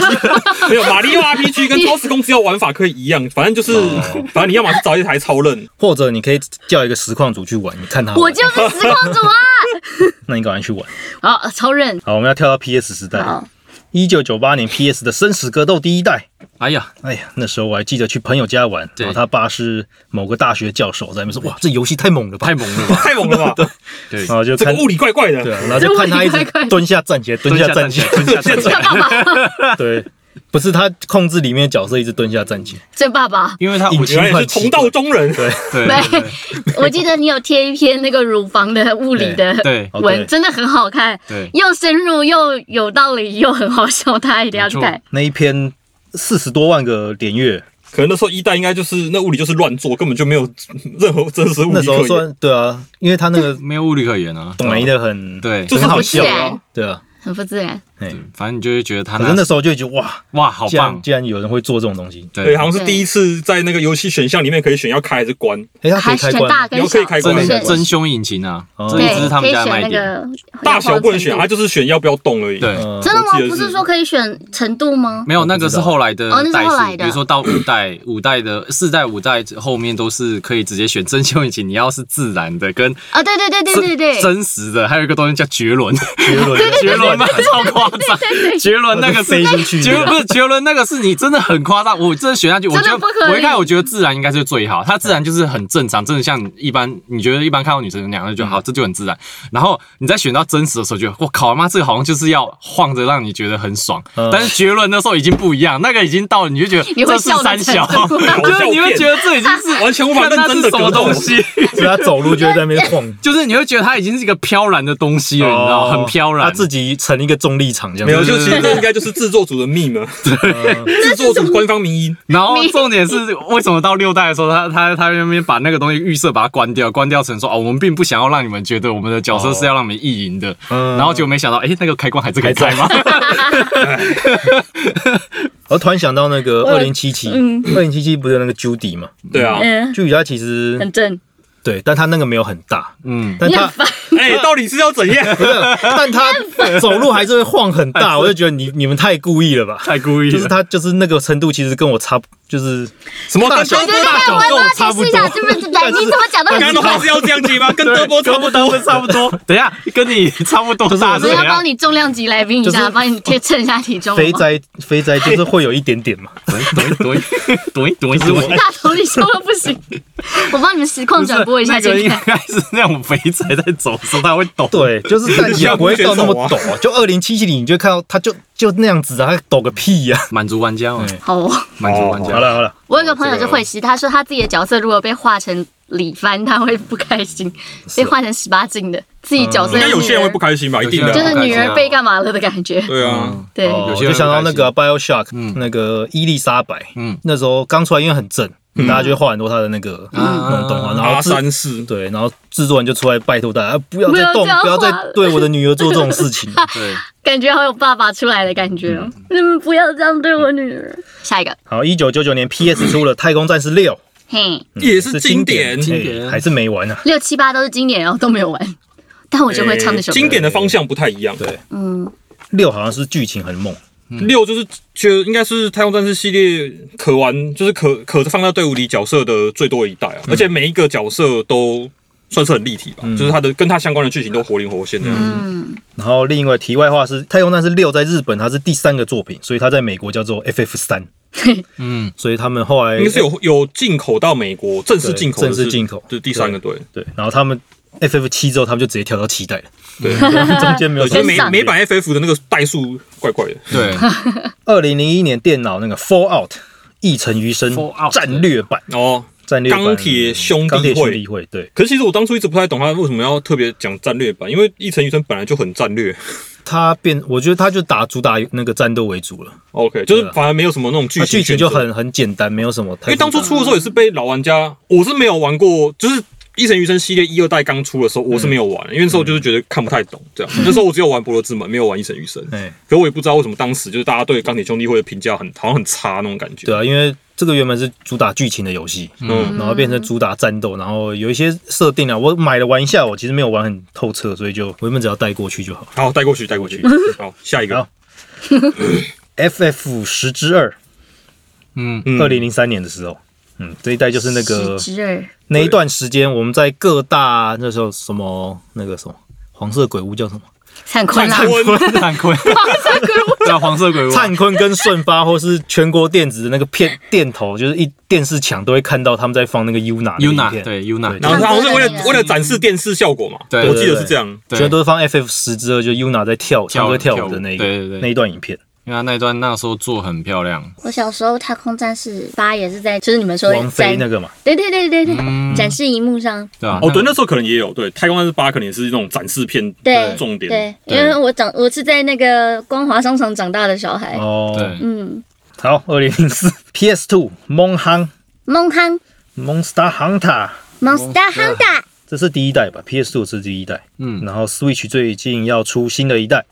D: 没有马里奥 RPG 跟超时空只要玩法可以一样，反正就是，
A: 哦
D: 反正你要么是找一台超任，
A: 或者你可以叫一个实况组去玩，你看他玩，
C: 我就是时光主
A: 那你赶快去玩。
C: 啊！好，超人，
A: 好，我们要跳到 PS 时代，
C: 好，
A: 一九九八年 PS 的《生死格斗》第一代。
B: 哎呀，
A: 哎呀，那时候我还记得去朋友家玩，
B: 对
A: 然后他爸是某个大学教授，在那边说：“哇，这游戏太猛了吧
B: 太猛了吧？
D: 太 猛了吧？
B: 对，
A: 然后就
D: 这个
A: 看
D: 物理怪怪
A: 对
D: 的，
A: 啊，然后就看他一
C: 这物理
A: 直
C: 太快了
A: 蹲下站起来，蹲
B: 蹲
A: 下
B: 下
A: 站
B: 站
A: 起
B: 起
A: 来
B: 来，，蹲下站起 来，
A: 对，不是他控制里面的角色一直蹲下站起来，
C: 这爸爸，
B: 因为他
A: 隐
B: 我
A: 形
B: 觉
D: 原
B: 得
D: 来也是同道中人。
B: 对对
C: 对， 我记得你有贴一篇那个乳房的物理的
B: 对
A: 哦对
C: 文，真的很好看，
B: 对
C: 又深入又有道理又很好笑，大家一定要去看
B: 没。
A: 那一篇四十多万个点阅，
B: 哦
D: 可能那时候一代应该就是那物理就是乱做，根本就没有任何真实物
A: 那
D: 理
A: 时候
D: 可言。
A: 算对啊，因为他那个
B: 没有物理可言啊，
A: 懂没的很，
B: 对，
D: 就是
A: 很好
D: 很
A: 笑
C: 自然
A: 啊，对啊，
C: 很不自然，
A: 哎，
B: 反正你就会觉得他
A: 可是
B: 那
A: 那时候就觉得哇，
B: 哇好
A: 竟然
B: 棒，
A: 竟然有人会做这种东西，
D: 对，
B: 对
D: 好，像是第一次在那个游戏选项里面可以选要开还是关，
A: 哎，它可
C: 还
A: 以开
C: 选
A: 关
C: 大
A: 吗，
C: 跟
D: 你
C: 小
D: 可以开
C: 是
D: 关
C: 不
B: 真
C: 是
A: 的
B: 真凶引擎啊，
A: 哦
B: 这
A: 对
B: 一直是他们家的卖
C: 可以选
B: 点，
C: 那个
D: 大小不能选，
C: 摇
D: 它
C: 晃程度
D: 就是选要不要动而已。
B: 对。
A: 嗯
C: 真的
D: 我
C: 吗？
D: 记得
C: 不是
D: 是
C: 说可以选程度吗？
B: 没有，那个是后来的
C: 哦那是
B: 代
C: 后来
B: 数，
C: 的
B: 比如说到五代、五代的四代、五代后面都是可以直接选真修引擎。你要是自然的跟
C: 啊，对对对对对对，
B: 真实的，还有一个东西叫绝伦，
A: 绝伦，
B: 绝 伦那个超夸张，绝伦那个
A: 塞
B: 是。
A: 进去
B: 绝不是绝伦那个是你真的很夸张，我真的选下去，我觉
C: 真的不
B: 得
C: 可以
B: 我一看我觉得自然应该是最好，它自然就是很正常，真的像一般你觉得一般看到女生那样就觉
C: 嗯
B: 得好，这就很自然。然后你在选到真实的时候，觉得我靠妈，这个好像就是要晃着让你觉得很爽，
A: 嗯
B: 但是绝伦那时候已经不一样，那个已经到了你就觉得
C: 你会
B: 这是
C: 笑得
B: 三
C: 成
B: 小，
C: 这 样
B: 就是你会觉得这已经 是
D: 完全无法认
B: 那
D: 真
B: 是
D: 的
B: 什么东西。
A: 所以他走路就会在那边 晃。
B: 就是你会觉得它已经是一个飘然的东西了，你知道，
A: 哦
B: 很飘然。
A: 他自己成一个重力场这样
D: 没
A: 子。
D: 有，就其实这应该就是制作组的密嘛，制作组官方迷因。
B: 然后重点是，为什么到六代的时候，他他他那边把那个东西预设把它关掉，关掉成说哦，我们并不想要让你们觉得我们的角色是要让你们意淫的。
A: 嗯
B: 然后就没想到，哎，那个开关还是可以开吗？
A: 我突然想到那个二零七七，
C: 嗯
A: 二零七七不是有那个 Judy 嘛？
D: 对啊，
C: 嗯，
A: Judy 它其实
C: 很正，
A: 对，但它那个没有很大，
B: 嗯，
A: 但
C: 你
A: 它
C: 很烦，
D: 哎，到底是要怎 样？
A: 但它走路还是会晃很大，我就觉得你你们太故意了吧。
B: 太故意
A: 就是
B: 了。
A: 它，就是那个程度，其实跟我差不，就是
D: 什么
A: 大
D: 跟
A: 小
D: 刚
C: 对对对，
A: 大小
C: 我
A: 跟
C: 要
A: 我差
C: 解
A: 不
C: 释一下，
A: 多。
C: 是不是？来，你怎么讲的很
D: 刚
C: 奇
D: 的
C: 怪
D: 话？是要这样接吗？跟德波差不多。
B: 差不多。啊等一下，跟你差不多大
C: 我
B: 是怎
C: 们要帮
B: 样？
C: 你重量级来宾一
A: 就
C: 下，
A: 是
C: 帮你贴称一下体重。
A: 肥宅肥宅就是会有一点点 嘛，
B: 怼怼怼怼
A: 我
B: 怼！
C: 大头你说了不 行，我帮你们实况转播一下
B: 不
C: 这
B: 是那个应
C: 个。
B: 该是那种肥仔在走的时候，他会抖。
A: 对，就是但也不会到那么陡啊。就二零七七里，你就看到它就就那样子啊，它抖个屁呀！
B: 满足玩家哦，
A: 嗯
C: 好哦，
B: 满足玩
A: 好
B: 家。
A: 了好了，
C: 我有个朋友就会师，他说他自己的角色如果被画成李帆，他会不开心；被画成十八禁的，自己角色
D: 嗯应该有些人会
C: 女
D: 不开心吧？一定的
C: 就
D: 啊。
C: 是女儿被干嘛了的感觉。
D: 对啊，
C: 对，
A: 哦
B: 有些
A: 就
B: 人
A: 想到那个啊 BioShock，、
B: 嗯
A: 那个伊丽莎白，
B: 嗯
A: 那时候刚出来，因为很正，大家就会画很多她的那个
B: 嗯
A: 那种动画，然后
D: 阿
A: 制
D: 啊三四，
A: 对，然后制作人就出来拜托大家 啊不要再动，
C: 不要这样
A: 不要再
C: 画了
A: 对我的女儿做这种事情。
B: 对，
C: 感觉好有爸爸出来的感觉哦。你
D: 嗯
C: 们不要这样对我女儿。下一个，
A: 好，一九九九年 PS 出了《太空战士六》
C: 嘿，
A: 嗯，
D: 也是经
A: 典，
D: 典
B: 经典
A: 哎还是没完啊。
C: 六七八都是经典，然后都没有玩，但我就会唱这首歌。
D: 诶经典的方向不太一样。
A: 对
C: 嗯，
A: 六好像是剧情很猛，嗯
D: 六就是觉得应该是太空战士系列可玩，就是可可放在队伍里角色的最多一代
A: 嗯
D: 啊，而且每一个角色都算是很立体吧，就是他的跟他相关的剧情都活灵活现的。
C: 嗯，
A: 然后另外题外话是，《太空战士六》在日本它是第三个作品，所以它在美国叫做 FF 三，
B: 嗯，
A: 所以他们后来
D: 应该是有有进口到美国，正式进口的
A: 对
D: 是，
A: 正式进口
D: 对第三个队，
A: 对，然后他们 FF 七之后，他们就直接跳到七代了，
D: 对，
A: 中间没有
D: 有
A: 什么
D: 些
C: 跟
D: 美
A: 转
C: 上
A: 变
D: 美版 FF 的那个代数怪怪的，
B: 对，
A: 二零零一年电脑那个 Fallout 一城余生
B: Fallout
A: 战略版，
D: 哦。
A: 战略版
D: 钢铁兄弟
A: 钢铁兄
D: 会
A: 弟会，对，
D: 可是其实我当初一直不太懂他为什么要特别讲战略版，因为一城余生本来就很战略。
A: 他变，我觉得他就打主打那个战斗为主了，
D: OK，就是
A: 啊
D: 反而没有什么那种剧
A: 他
D: 情
A: 剧情
D: 选
A: 就
D: 择
A: 很很简单，没有什么太复杂。
D: 因为当初出的时候也是被老玩家，我是没有玩过，就是《一神余生》系列一二代刚出的时候，我是没有玩，因为那时候就是觉得看不太懂这样。那时候我只有玩《博罗之门》，没有玩《一神余生》，
A: 哎，
D: 可我也不知道为什么当时就是大家对钢铁兄弟会的评价很好像很差那种感觉。
A: 对啊，因为这个原本是主打剧情的游戏，
D: 嗯，
A: 然后变成主打战斗，然后有一些设定啊，我买了玩一下，我其实没有玩很透彻，所以就我原本只要带过去就好。
D: 好，带过去，带过去。嗯好，下一个
A: 好，FF 十之二，
B: 嗯，
D: 嗯
A: 二零零三年的时候，嗯，这一代就是那个
C: 十之二，
A: 那一段时间，我们在各大那时候什么那个什么黄色鬼屋叫什么？
C: 灿坤啦，
B: 灿坤，对啊，黄色鬼屋，
A: 灿坤跟顺发，或是全国电子的那个片 电头，就是一电视墙都会看到他们在放那个 UNA 的影
B: Yuna，
A: 片，
B: 对 Yuna，
D: 然后他好像是为
C: 看
D: 了
C: 这个
D: 为了展示电视效果嘛，
B: 对
D: 我记得是这样。
A: 全部都是放 FF 十之后，就 UNA 在跳唱歌
B: 跳
A: 跳舞的那一
B: 对对对
A: 那一段影片，
B: 因为他那一段那时候做很漂亮，
C: 我小时候太空战士八也是在，就是你们说
A: 王菲
C: 展
A: 那个嘛，
C: 对对对对对，
B: 嗯
C: 展示荧幕上，
B: 对啊吧？
D: 哦，对，那时候可能也有对《太空战士八》可能也是那种展示片
C: 对
D: 重点。
C: 对，因
B: 对
C: 为我长我是在那个光华商场长大的小孩，
A: 哦，
B: 对，
C: 嗯，
A: 好，二零零四 PS Two 梦夯
C: 梦康
A: Monster Hunter，
C: Monster Hunter，
A: 这是第一代吧？PS Two 是第一代，
B: 嗯
A: 然后 Switch 最近要出新的一代，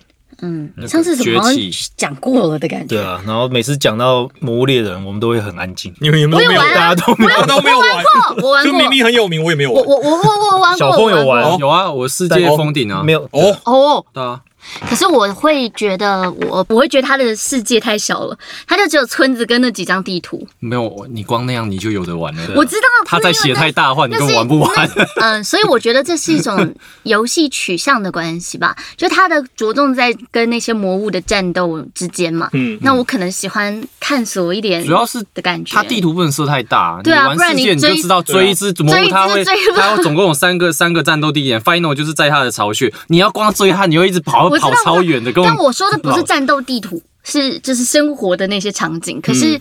C: 嗯，上次什么好像
B: 崛起
C: 讲过了的感觉
A: 对。啊，然后每次讲到《魔物猎人》，我们都会很安静，
D: 你们有没有没有
C: 我有玩
A: 大
D: 大
A: 家都没有。
D: 家都没有玩？
C: 哦我玩
D: 就
C: 过，
D: 明明很有名，我也没有
C: 我
D: 玩。
C: 我我我我玩过，
A: 小峰有
C: 我过
A: 啊玩
B: 有啊，我世界封顶啊，
A: 哦没有
D: 哦，
C: 哦。
B: 对啊，
C: 可是我会觉得我我会觉得他的世界太小了，他就只有村子跟那几张地图。
B: 没有你光那样你就有的玩了。
C: 我知道
B: 啊他在写太大话，你
C: 那
B: 根
C: 是
B: 本玩不完。
C: 嗯，所以我觉得这是一种游戏取向的关系吧，就它的着重在跟那些魔物的战斗之间嘛。
D: 嗯，
C: 那我可能喜欢探索一点，
B: 主要是
C: 的感觉。
B: 它地图不能设太大，
C: 对啊
B: 你玩世界你
C: 不然
B: 就
C: 你追啊
B: 知道追一只魔
C: 追一
B: 物，
C: 只
B: 它会
C: 就追不到
B: 它总共有三个三个战斗地点，final 就是在它的巢穴，你要光追它，你会一直跑
C: 我知道
B: 跑超远的，跟
C: 但
B: 我
C: 我说的不是战斗地图，是就是生活的那些场景。可
B: 嗯
C: 是，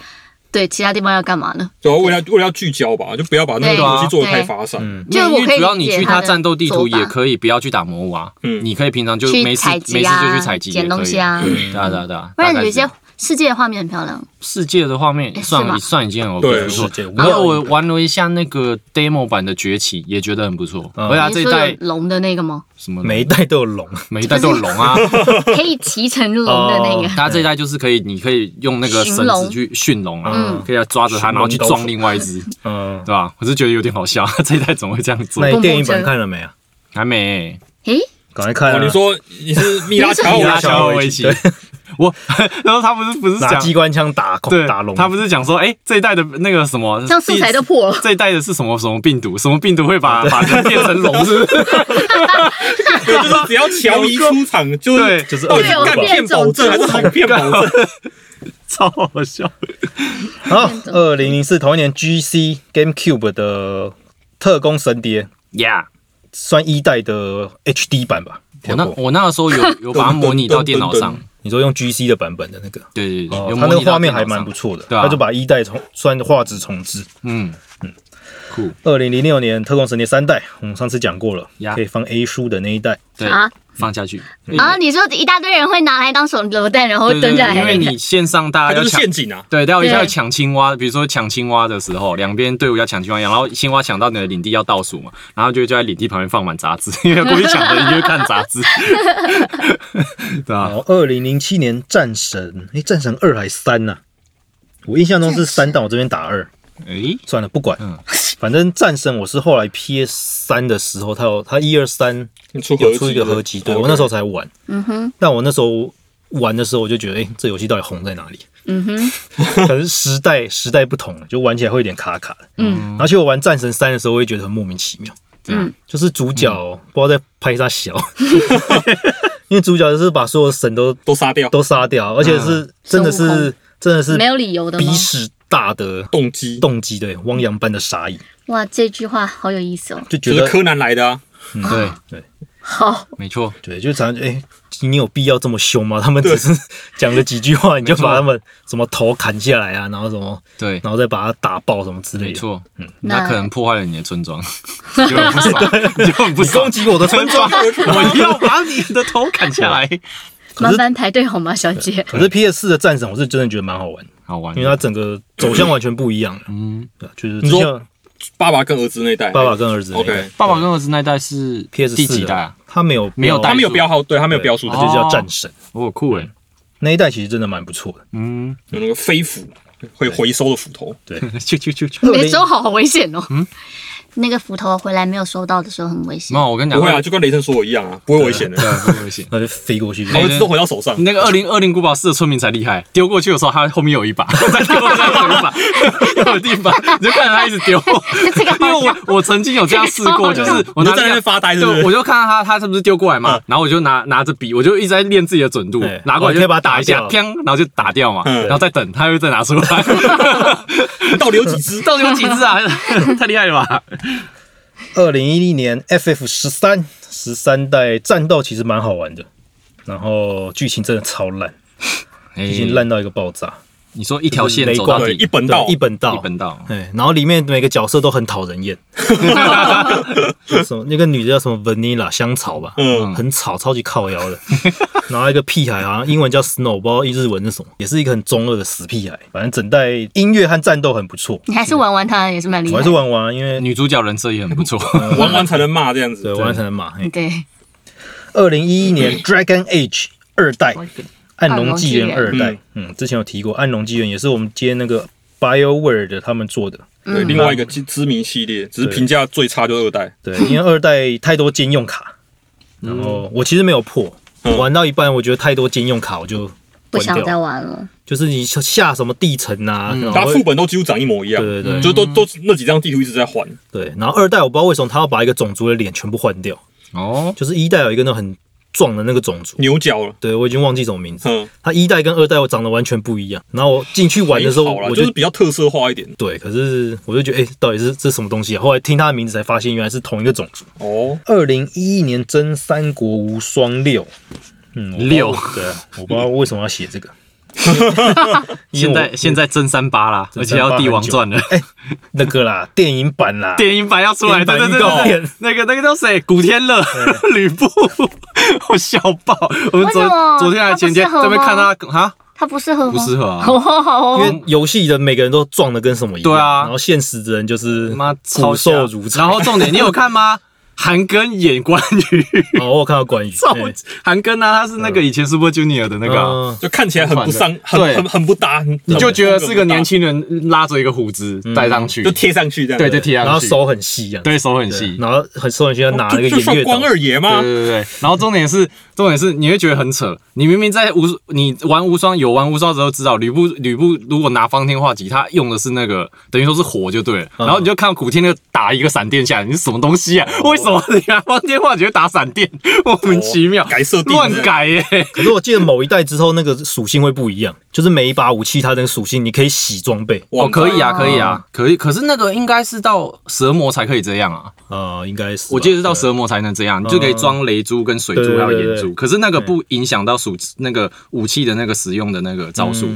C: 对其他地方要干嘛呢？
D: 对啊，为了为了要聚焦吧，就不要把那个
C: 对
D: 东西做的太发散。
A: 嗯，
C: 就
B: 因
C: 我可
B: 为
C: 以
B: 主要你
C: 理解
B: 去
C: 它
B: 它
C: 的
B: 战斗地
C: 做
B: 图
C: 法
B: 也可以不要去打魔物啊，
D: 嗯
B: 你可以平常就
C: 去
B: 没事
C: 采
B: 没
C: 集
B: 事
C: 啊
B: 就去采集也可以
C: 捡东西啊
B: 对对啊对啊对啊，
C: 不然有
B: 有
C: 一些世界的画面很漂亮。
B: 世界的画面
C: 诶是吗
B: 算算已经很
D: 对
B: OK 不错
A: 世界，
B: 然后
A: 我有
B: 我玩了一下那个 demo 版的崛起，也觉得很不错，
A: 嗯
B: 而且它啊这
C: 你
B: 一
C: 说有
B: 代
C: 龙的那个 吗？
B: 什么
A: 每一代都有龙，
B: 每一代都有龙啊，
C: 可以骑乘龙的那个
A: 哦。
B: 它这一代就是可以，你可以用那个绳
C: 驯龙
B: 子去驯龙啊
A: 嗯，
B: 可以抓着它，
A: 驯龙
B: 然后去
A: 豆腐
B: 撞另外一只，
A: 嗯
B: 对，吧？我是觉得有点好笑，这一代怎么会这样做
A: 那？你
C: 蹦蹦
A: 电影版
C: 车
A: 看了没啊？
B: 还没
C: 诶，
A: 赶快看
D: 哦，
A: 啊！
D: 你说你是密拉乔
B: 欸，
D: 瓦
A: 拉
D: 乔
A: 乔
B: 我一起，我然后他不是不是
A: 拿
B: 讲
A: 机关枪打恐
B: 对
A: 哦打龙，
B: 他不是讲说，哎，这一代的那个什么，
C: 这样素材都破了。
B: 这一代的是什么什么病毒？什么病毒会把把人变成龙？是不是？
D: 对，就是只要乔伊出场，就是
B: 对
A: 就是
D: 到
A: 二
D: 底
A: 十
D: 是干骗保证还是哄骗保证？
B: 超好笑。
A: 好，二零零四同一年 GC GameCube 的《特工神谍》
B: Yeah，
A: 算一代的 HD 版吧？
B: 我
A: 跳
B: 哦那
A: 过。
B: 我那个时候有有把它模拟到电脑上，
A: 你说用 GC 的版本的那个，
B: 对对对，
A: 哦
B: 有，
A: 它
B: 模
A: 那个
B: 拟到
A: 画面
B: 电
A: 还
B: 脑上
A: 蛮不，错的，
B: 对啊
A: 它就把一代重算画质重置。
B: 嗯嗯，酷，
A: 二零零六年《特工神谍》三代，我们上次讲过了
B: 呀，
A: 可以放 A 书的那一代。
B: 对，
C: 啊
B: 放下去。
C: 啊！你说一大堆人会拿来当手榴弹，然后
B: 对对
C: 蹲
B: 对
C: 下来
B: 因为
C: 那个。
B: 你线上大家
D: 它就
B: 要
D: 是
B: 抢
D: 陷阱啊！
B: 对，待会
C: 对
B: 要抢青蛙，比如说抢青蛙的时候，两边队伍要抢青蛙，然后青蛙抢到你的领地要倒数嘛，然后就就在领地旁边放满杂志，因为过去抢的人就会看杂志，对
A: 然
B: 啊，
A: 后哦二零零七年《战神》，诶，《战神二》还是三呐？我印象中是三，但我这边打二，
B: 诶，
A: 算了，不管
B: 嗯，
A: 反正《战神》我是后来 PS 三的时候，它有它一二三
D: 你出
A: 有出一个合集，对我那时
D: 候
A: 候才玩。
C: 嗯哼，
A: 但我那时候玩的时候，我就觉得，哎、这游戏到底红在哪 里？
C: 嗯哼，
A: 可是时代时代不同了，就玩起来会有点卡卡的。
C: 嗯，
A: 而且我玩《战神三》的时候，我也觉得很莫名其妙，
C: 嗯，
A: 就是主角、不知道在拍啥小， 因为主角就是把所有神都
D: 都杀掉，
A: 都杀掉，而且是、
B: 嗯
A: 真的
C: 孙悟
A: 是真的是
C: 没有理由的吗
A: 鼻？屎大的
D: 动机
A: 动机，对，汪洋般的杀意，
C: 哇，这句话好有意思哦。
A: 就觉
D: 就是
A: 得嗯
D: 柯南来 的啊，
B: 对
A: 对
C: 好，
B: 没错，
A: 对，就常哎。你有必要这么凶吗？他们只 是讲了几句话，你就
B: 没错
A: 把他们什么头砍下来啊，然后什么
B: 对，
A: 然后再把它打爆什么之类
B: 没
A: 的。
B: 错，
C: 那
B: 那可能破坏了你的村庄，你就很不爽，你就很不爽
A: 攻，击我的村庄，
B: 我要把你的头砍下来，
A: 是
C: 麻烦排队好吗，小姐？
A: 可是 PS 四的战神，我是真的觉得蛮好玩，
B: 好玩
A: 因为，它整个走向完全不一样，
B: 嗯，
A: 对吧就是
D: 你
A: 就
D: 说
A: 像
D: 爸爸跟儿子那代，
A: 爸爸跟儿子那个
D: OK，
B: 爸爸跟儿子那一代是
A: PS
B: 第
A: 四
B: 几代啊？
A: 它没有
B: 没有代
D: 他没有标号，对他没有标数
A: 它
D: 字，
A: 就叫战神。
B: 哦，酷诶，
A: 那一代其实真的蛮不错的，
B: 嗯，
D: 有那个飞斧，会回收的斧头，
B: 去去去去。
C: 没收好，好危险哦。嗯，哦那个斧头回来没有收到的时候很危险
B: 没。有，我跟你讲，
D: 不会啊，就跟雷神说我一样啊，不会危险的，
B: 对，不会危险。
A: 那就飞过去。
D: 它会自动回到手上。
B: 那个二零二零古堡四的村民才厉害，丢过去的时候，他后面有一把， 再丢再丢一把， 有地方，你就看着他一直丢。
C: 这个
B: 因为
C: 好笑，
B: 我我曾经有这样试过，就是我
D: 你
B: 拿
D: 就在那边发呆是不是
B: 对，我就看到他他是不是丢过来嘛，然后我就拿拿着笔，我就一直在练自己的准度
A: 对，
B: 拿过
A: 哦你
B: 来
A: 可
B: 就
A: 以把它打
B: 打一下，
A: 掉
B: 砰，然后就打掉嘛，
D: 嗯
B: 然后再等，他又再拿出来，
D: 到底有几只？
B: 到底有几只 啊？太厉害了吧！
A: 二零一零年 FF 十三十三代战斗其实蛮好玩的，然后剧情真的超烂，剧情烂到一个爆炸，
B: 哎你说一条
A: 就
B: 线
A: 是雷
B: 走到
A: 光
D: 对，
B: 底，
D: 一本道
A: 对一本道
B: 一本道，
A: 对，然后里面每个角色都很讨人 厌，就什么那个女的叫什么 Vanilla 香草吧，
D: 嗯
A: 很吵，超级靠腰的。 然后一个屁孩好像英文叫 Snow，不知道日文是什么，也是一个很中二的死屁孩。反正整代音乐和战斗很不错，
C: 你还是玩玩它也是蛮厉
A: 我
C: 害
A: 还是。玩玩啊，因为
B: 女主角人设也很不错。
D: 玩完才能骂这样子
A: 对。玩才能骂。
C: 对，嗯
A: 二零一一年 Dragon Age 二代，暗
C: 暗
A: 龙
C: 龙
A: 纪
C: 纪
A: 元
C: 元
A: 二代，嗯，之前有提过，暗龙纪元也是我们接那个 BioWare 的他们做的，
B: 嗯
D: 嗯对，另外一个知知名系列，只是
A: 对
D: 评价最差就二代，
A: 对，因为二代太多兼用卡，
C: 嗯
A: 然后我其实没有破，
D: 嗯
A: 我玩到一半我觉得太多兼用卡，我就
C: 不
A: 关
C: 想再
A: 掉。
C: 玩了。
A: 就是你下什么地层啊，
B: 哦
A: 然
D: 它
A: 后
D: 嗯副本嗯都几乎长一模一样，
A: 对对对
D: 就都都那几张地图一直在换，
A: 对，然后二代我不知道为什么他要把一个种族的脸全部换掉，
B: 哦，
A: 就是一代有一个那很壮的那个种族，
D: 牛角了，
A: 对我已经忘记什么名字，
D: 嗯，
A: 他一代跟二代我长得完全不一样。然后我进去
B: 哎
A: 玩的时候，
D: 还好啦
A: 我
D: 就是比较特色化一点
A: 对，可是我就觉得，哎、到底是这是什么东西啊？后来听他的名字才发现，原来是同一个种族。
D: 哦。
A: 二零一一年真三国无双六，嗯，我不知道
B: 六
A: 对啊，我不知道为什么要写 这个。因为
B: 现
A: 我
B: 在现在真三八啦，
A: 真
B: 而
A: 三
B: 且
A: 八
B: 要帝王传了，
A: 那个啦，电影版啦，
B: 电影版要出来，
A: 电
B: 对
A: 影版
B: 对对
A: 预告
B: 对，对那个那个叫谁？古天乐、吕布， 我笑爆！我们
C: 为什么
B: 昨昨天还前天
C: 他不适合吗
B: 在那边看他啊，
C: 它不适合吗？
B: 不适合啊。
C: 哦。好好
A: 因
C: 哦
A: 为游戏的每个人都壮的跟什么一样，
B: 对啊
A: 然后现实的人就是
B: 妈超
A: 骨瘦
B: 像
A: 如柴。
B: 然后重点，你有看吗？韩庚演关羽，
A: 哦，我有看到 关羽，
B: 照
A: 对
B: 韩庚呢，他是那个以前 Super Junior 的那个啊，
A: 嗯
D: 就看起来很不上，很
B: 对
D: 很很不搭，
B: 你
D: 你
B: 就觉得是个年轻人拉着一个胡子
A: 嗯
B: 戴上去
D: 就，贴上去这样，
B: 对，就贴
A: 然
B: 上
A: 后
B: 去，
A: 手很细啊，
B: 对手很
A: 对哦
B: 细。
A: 然后很瘦很细，要拿那个
D: 就就
A: 偃
D: 算
A: 月刀
D: 关。二爷吗
B: 对？对对，然后重点是，重点是你会觉得很扯。你明明在无，你玩无双有玩无双的时候知道，吕布吕布如果拿方天画戟，他用的是那个等于说是火就对了。
A: 嗯
B: 然后你就看到古天乐打一个闪电下来，你是什么东西啊？为什么你拿方天画戟会打闪电？莫名其妙，
D: 哦改设定
B: 乱改耶、
A: 可是我记得某一代之后，那个属性会不一样，就是每一把武器它的那个属性，你可以洗装备。
D: 哇
B: 哦，可以啊，
C: 哦
B: 可以啊，可以。可是那个应该是到蛇魔才可以这样啊，
A: 呃，应该是吧
B: 我记得是到
A: 对嗯
B: 蛇魔才能这样，你就可以装雷珠、跟水珠还有
A: 对对对
B: 眼珠。
A: 对
B: 可是那个不影响到属那个武器的那个使用的那个招
A: 嗯
B: 数，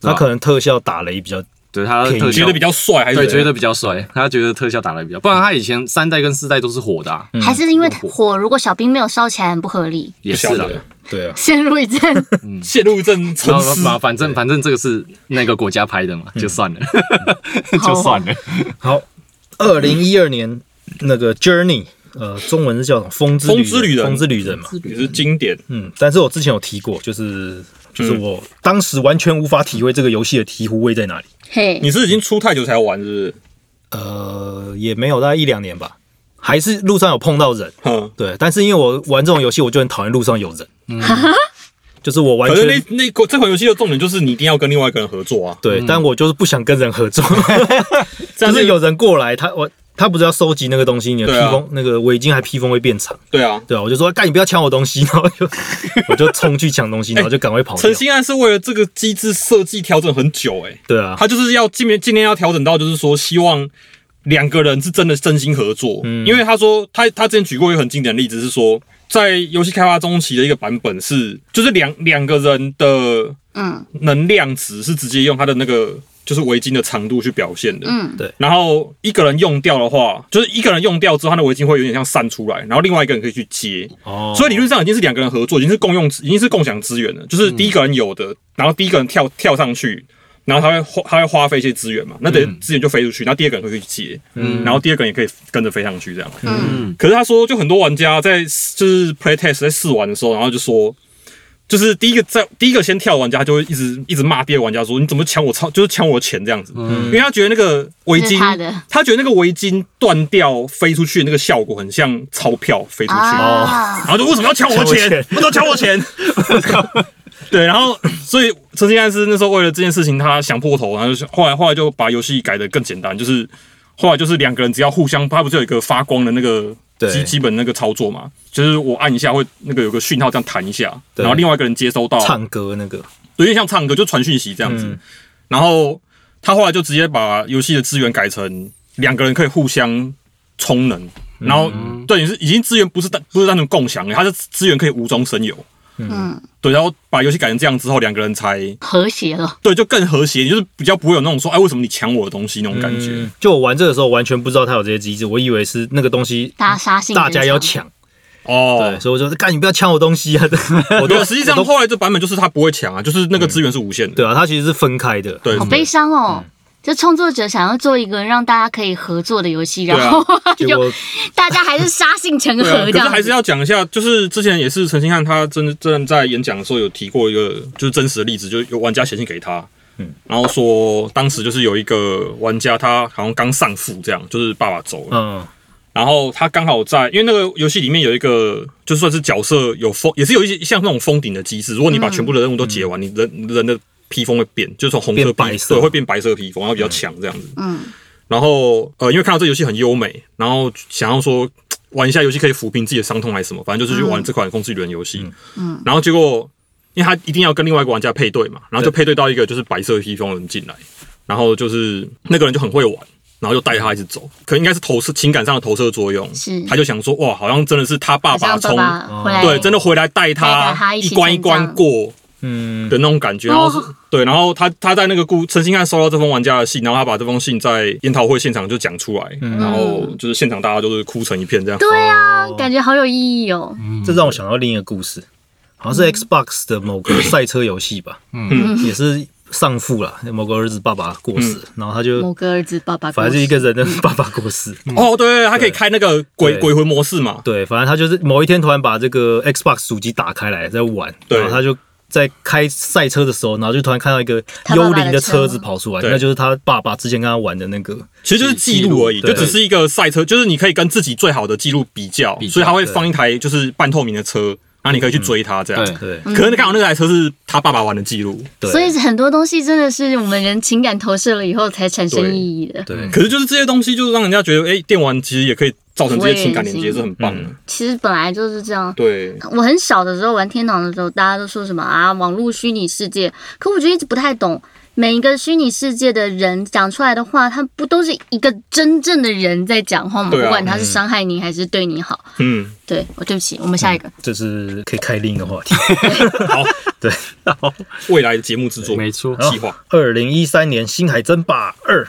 A: 它
B: 吧
A: 可能特效打雷比较
B: 对他
A: 便宜
B: 特
D: 觉
B: 效
D: 得。比较帅还是
B: 对，觉
D: 怎样
B: 得比较帅，他觉得特效打的比较，不然他以前三代跟四代都是火的、啊，
A: 嗯
C: 还是因为
B: 火
C: 火，如果小兵没有烧起来，很不合 理，
B: 也是嗯
D: 不
B: 啦
D: 晓。得
A: 对啊，
C: 陷入一 阵
D: 陷入一阵沉
B: 然后
D: 思。
B: 反反正反正这个是那个国家拍的嘛，
A: 嗯
B: 就算 了，就算了。
A: 好，二零一二年那个 Journey，呃，中文是叫什么？风之
D: 风之旅人
A: 风之旅人嘛。
D: 也是经典，
A: 嗯，但是我之前有提过，就是就是我当时完全无法体会这个游戏的醍醐味在哪里。
C: 嘿
D: 你是已经出太久才玩，是不是？
A: 呃，也没有大概一两年吧，还是路上有碰到人。
D: 哼，
A: 对，但是因为我玩这种游戏，我就很讨厌路上有人。嗯 就是我完
D: 可是
A: 全
D: 那那个这款游戏的重点就是你一定要跟另外一个人合作啊，
A: 对，但我就是不想跟人合 作，就
D: 这样
A: 是有人过来，他我他不是要收集那个东西，你的披
D: 对啊
A: 风、那个围巾还披风会变长，
D: 对啊。
A: 对啊，我就说干你不要抢我东西，然后就 我就冲去抢东
D: 哎
A: 西，然后就赶快跑掉
D: 陈，星案是为了这个机制设计调整很久、欸，
A: 对啊，
D: 他就是要尽量尽量要调整到，就是说希望两个人是真的真心合作。因为他说他他之前举过一个很经典的例子是说，在游戏开发中期的一个版本是，就是两两个人的
C: 嗯
D: 能量值是直接用他的那个就是围巾的长度去表现的。
C: 嗯，
D: 然后一个人用掉的话，就是一个人用掉之后，他的围巾会有点像散出来，然后另外一个人可以去接。
A: 哦，
D: 所以理论上已经是两个人合作，已经是共用，已经是共享资源了。就是第一个人有的，然后第一个人跳跳上去，然后他会花他会花费一些资源嘛，那等于资源就飞出去，然后第二个人会去接，然后第二个人也可以跟着飞上去这样。
B: 嗯，
D: 可是他说，就很多玩家在就是 play test 在试玩的时候，然后就说。就是第一个在第一个先跳的玩家就会一直一直骂第二个玩家说你怎么抢我操就是抢我的钱这样子，因为他觉得那个围
C: 这是
D: 巾
C: 他的
D: 他觉得那个围巾断掉飞出去的那个效果很像钞票飞出去，
C: 啊，
D: 然后就为什么要抢我的钱？为什么要抢我钱？ 对，然后所以陈金安是那时候为了这件事情，他想破头，然后就后来后来就把游戏改得更简单，就是后来就是两个人只要互相，他不是有一个发光的那个
A: 对
D: 基基本那个操作嘛？就是我按一下会那个有个讯号这样弹一下，
A: 对
D: 然后另外一个人接收到，
A: 唱歌那个，
D: 有点像唱歌，就传讯息这样子。
A: 嗯
D: 然后他后来就直接把游戏的资源改成两个人可以互相充能，
A: 嗯
D: 然后对，你是已经资源不是单不是单纯共享了，它是资源可以无中生有。
C: 嗯，
D: 对，然后把游戏改成这样之后，两个人才
C: 和谐了，
D: 对就更和谐，就是比较不会有那种说哎为什么你抢我的东西那种感觉。
A: 嗯就我玩这个时候完全不知道它有这些机制，我以为是那个东西
C: 大家杀性
A: 大家要
C: 争
A: 抢，
D: 哦
A: 对，，所以我就说干你不要抢我东西啊，我
D: 对
A: 都
D: 啊，实际上
A: 我都嗯
D: 后来这版本就是他不会抢啊，就是那个资源是无限的。
A: 对啊，它其实是分开的，
D: 对嗯
C: 抢，好悲伤哦，就创作者想要做一个让大家可以合作的游戏，
D: 对啊
C: 然后
A: 结果
C: 大家还是杀性成
D: 对啊，
C: 河这
D: 可是
C: 样
D: 还是
C: 子。
D: 要讲一下，就是之前也是陈星汉他真正在演讲的时候有提过一个就是真实的例子，就是有玩家写信给他，嗯，然后说当时就是有一个玩家他好像刚丧父这样，就是爸爸走了，
A: 嗯，
D: 然后他刚好在因为那个游戏里面有一个就算是角色有封，也是有一些像那种封顶的机制，如果你把全部的任务都解完，你人人的披风会变，就是从红色
A: 嗯变白
D: 披
A: 色
D: 对会变白色的披风，然后比较强这样子，
C: 嗯，
D: 然后呃，因为看到这游戏很优美，然后想要说玩一下游戏可以抚平自己的伤痛还是什么，反正就是去玩这款《风之旅人》游戏。
C: 嗯，
D: 然后结果因为他一定要跟另外一个玩家配对嘛，然后就
A: 对
D: 配对到一个就是白色披风的人进来，然后就是那个人就很会玩。然后就带他一直走，可能应该是投射情感上的投射作用，
C: 是
D: 他就想说，哇，好像真的是他爸
C: 好
D: 爸
C: 像
D: 从
C: 爸爸回来，
D: 对真的回来带
C: 带
D: 他
C: 着他一
D: 一
C: 起
D: 关一
C: 成
D: 关
C: 长
D: 过，
A: 嗯
D: 的那种感觉，
C: 哦
D: 然后是、对，然后他他在那个故陈星汉收到这封玩家的信，然后他把这封信在研讨会现场就讲出来，然后就是现场大家都是哭成一片这样。
C: 对啊
A: 哦，
C: 感觉好有意义哦。
D: 嗯
A: 这让我想到另一个故事，好像是 Xbox 的某 个赛车游戏吧，
D: 嗯，
A: 也是丧父啦，某个儿子爸爸过世，然后他就
C: 某个儿子爸爸，
A: 反正就一个人的爸爸过世，
D: 哦，对，他可以开那个鬼
A: 对
D: 鬼魂模式嘛，
A: 对，反正他就是某一天突然把这个 Xbox 主机打开来在玩，
D: 对
A: 然后他就。在开赛车的时候，然后就突然看到一个
C: 他爸爸
A: 幽
C: 的
A: 灵的车
C: 车
A: 子跑出来，
D: 对
A: 那就是他爸爸之前跟他玩的那个
D: 其实就是记录而已，
A: 记录
D: 就
A: 对
D: 只是一个赛车，就是你可以跟自己最好的记录比较，
B: 比较
D: 所以他会
A: 对
D: 放一台就是半透明的车，然后你可以去追他这样。
B: 对
A: 对
D: 可是刚好那台车是他爸爸玩的记录，
A: 对，
C: 所以很多东西真的是我们人情感投射了以后才产生意义的。
A: 对
D: 可是就是这些东西，就是让人家觉得，哎、电玩其实也可以造成这些情感连接，是很棒的。
A: 嗯
C: 其实本来就是这样。
D: 对，
C: 我很小的时候玩天堂的时候，大家都说什么啊，网络虚拟世界，可我就一直不太懂。每一个虚拟世界的人讲出来的话，他不都是一个真正的人在讲话吗？
D: 对啊
C: 不管
A: 嗯
C: 他是伤害你还是对你好。
D: 嗯。
C: 对，我对不起，我们下一个。
A: 这是可以开另一个话题。
D: 未来的节目制作
B: 没错
D: 计划。
A: 二零一三年《星海争霸二》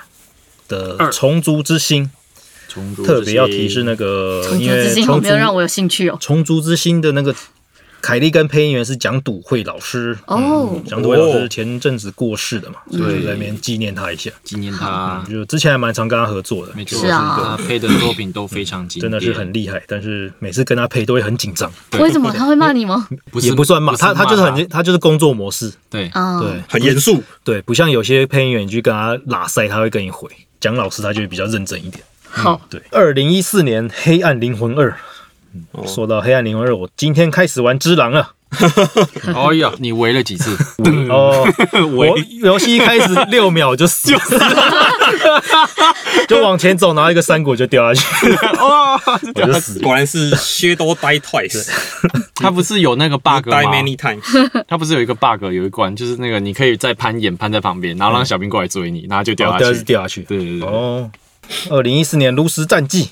A: 的《
B: 二
A: 虫族之星
B: 重》，组
A: 特别要提示那个，
C: 虫
A: 嗯
C: 族
A: 因为嗯
C: 之心好
A: 虫
C: 没
A: 族
C: 有让我有兴趣哦。
A: 虫族之星的那个凯利跟配音员是蒋笃慧老师，
C: 哦，
A: 蒋笃慧老师
D: 哦
A: 前阵子过世的嘛，所以在那边纪念他一下。
B: 纪念他，
A: 就之前还蛮常跟他合作的，
B: 没错，
C: 是啊
B: 他配的作品都非常经
A: 真
B: 典，
A: 的是很厉害，但是每次跟他配都会很紧张，
C: 为什么他会骂你 吗？
B: 不是
A: 也不算骂他，
B: 他
A: 他就是很他就是工作模式，
B: 对，
C: 啊，
A: 对
D: 很严肃，
A: 对，不像有些配音员你去跟他拉塞，他会跟你回。蒋老师他就会比较认真一点。
C: 好，
A: 对，二零一四年《黑暗灵魂二》
D: 哦
A: 说到《黑暗灵魂二》，我今天开始玩《只狼》了。
B: 哎呀，你围了几次？
A: 哦，
B: 嗯 喂
A: 我游戏一开始六秒就死了， 就往前走，然后一个山谷就掉下去，
B: 哦，
A: 我就死了。
D: 果然是 Shadow Die Twice，Die
B: 他不是有 那个 bug 吗？
D: Many
A: 嗯
D: Times。
B: 他不是有一个 bug，有一关就是那个你可以在攀岩攀在旁边，然后让小兵过来追你，然后就掉
A: 掉哦掉是
B: 下去。
A: 掉下去。
B: 对对对，
A: 哦，二零一四年《炉石战记》，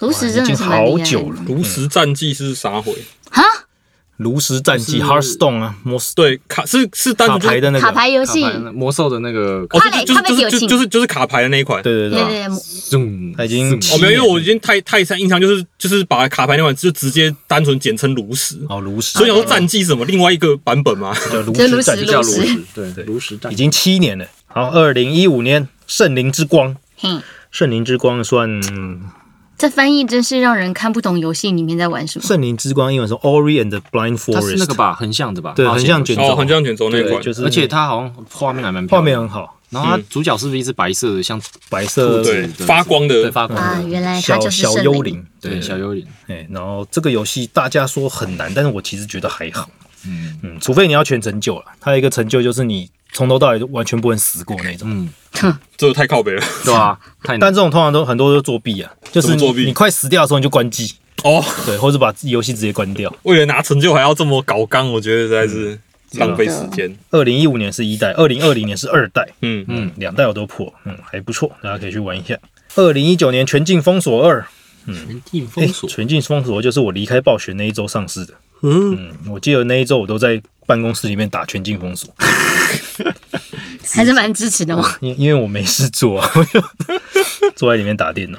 C: 炉石
A: 已
C: 真的
A: 经
C: 是蛮厉
A: 好
C: 害的
A: 久了，《
D: 炉石战记是啥回？
A: 炉石战记》
B: 就是
A: Hearthstone 啊，摩斯
D: 对，卡是是单
A: 卡
D: 纯就
A: 牌
D: 是
A: 的那
C: 卡
A: 个，
C: 牌游戏，
B: 卡牌那魔兽的那个，
D: 哦，
C: 他嘞
D: 就
C: 他嘞
D: 是
C: 有
D: 就是就是
C: 信
D: 就是就是卡牌的那一款。
A: 对对
C: 对
A: 对，
C: 对对，
B: 嗯，
A: 他已经
D: 哦，没
A: 七
D: 有，因为
A: 年
D: 我已经太太深印象，就是就是把卡牌那款就直接单纯简称炉石，
A: 哦，炉石，
D: 所以想说战绩是什么另外一个版本嘛。
A: 叫炉
C: 这
A: 石
C: 炉
A: 战
C: 石
A: 记
B: 叫
C: 炉
B: 炉石，对
A: 对
B: 炉石战
A: 已经七年了。好，二零一五年《圣灵之光》，《
C: 嘿，
A: 圣灵之光》算嗯《
C: 这翻译真是让人看不懂游戏里面在玩什么。
A: 圣灵之光》英文是《Ori and the Blind
B: 它是
A: Forest
B: 那》个，吧，横向的吧，
A: 对
B: 抱歉
A: 横向卷
D: 哦，很像卷轴那一
A: 对，
D: 款，
A: 就是
B: 而且它好像画面还蛮漂
A: 画面嗯
B: 亮的，
A: 很好，
B: 然后它主角是不是一只白色的，像
A: 白色
D: 对
B: 对
D: 发光
B: 对
D: 的。
B: 发光
C: 啊，
B: 的，
C: 原来它
A: 小
C: 就是
A: 小
C: 圣
A: 幽
C: 灵。
A: 灵，
B: 对小幽灵，
A: 哎，然后这个游戏大家说很难，但是我其实觉得还好，嗯嗯，除非你要全成就了，它有一个成就就是你从头到尾都完全不能死过那种，
B: 嗯，
D: 这个太靠北了。
B: 对啊，太
A: 但这种通常都很多都作弊啊，就是
D: 嗯怎么作弊
A: 你快死掉的时候你就关机，
D: 哦，
A: 对，或者把游戏直接关掉。
D: 为了拿成就还要这么搞刚，我觉得实在是
A: 啊
D: 浪费时间。
A: 二零一五年是一代，二零二零年是二代，
D: 嗯嗯，
A: 嗯，两代我都破，嗯，还不错，大家可以去玩一下。二零一九年《全境封锁二》，
B: 全境封
A: 哎，
B: 锁，
A: 全境封锁就是我离开暴雪那一周上市的。嗯，我记得那一周我都在办公室里面打全境封锁，
C: 还是蛮支持的哦嘛。
A: 因因为我没事做啊，我就坐在里面打电脑。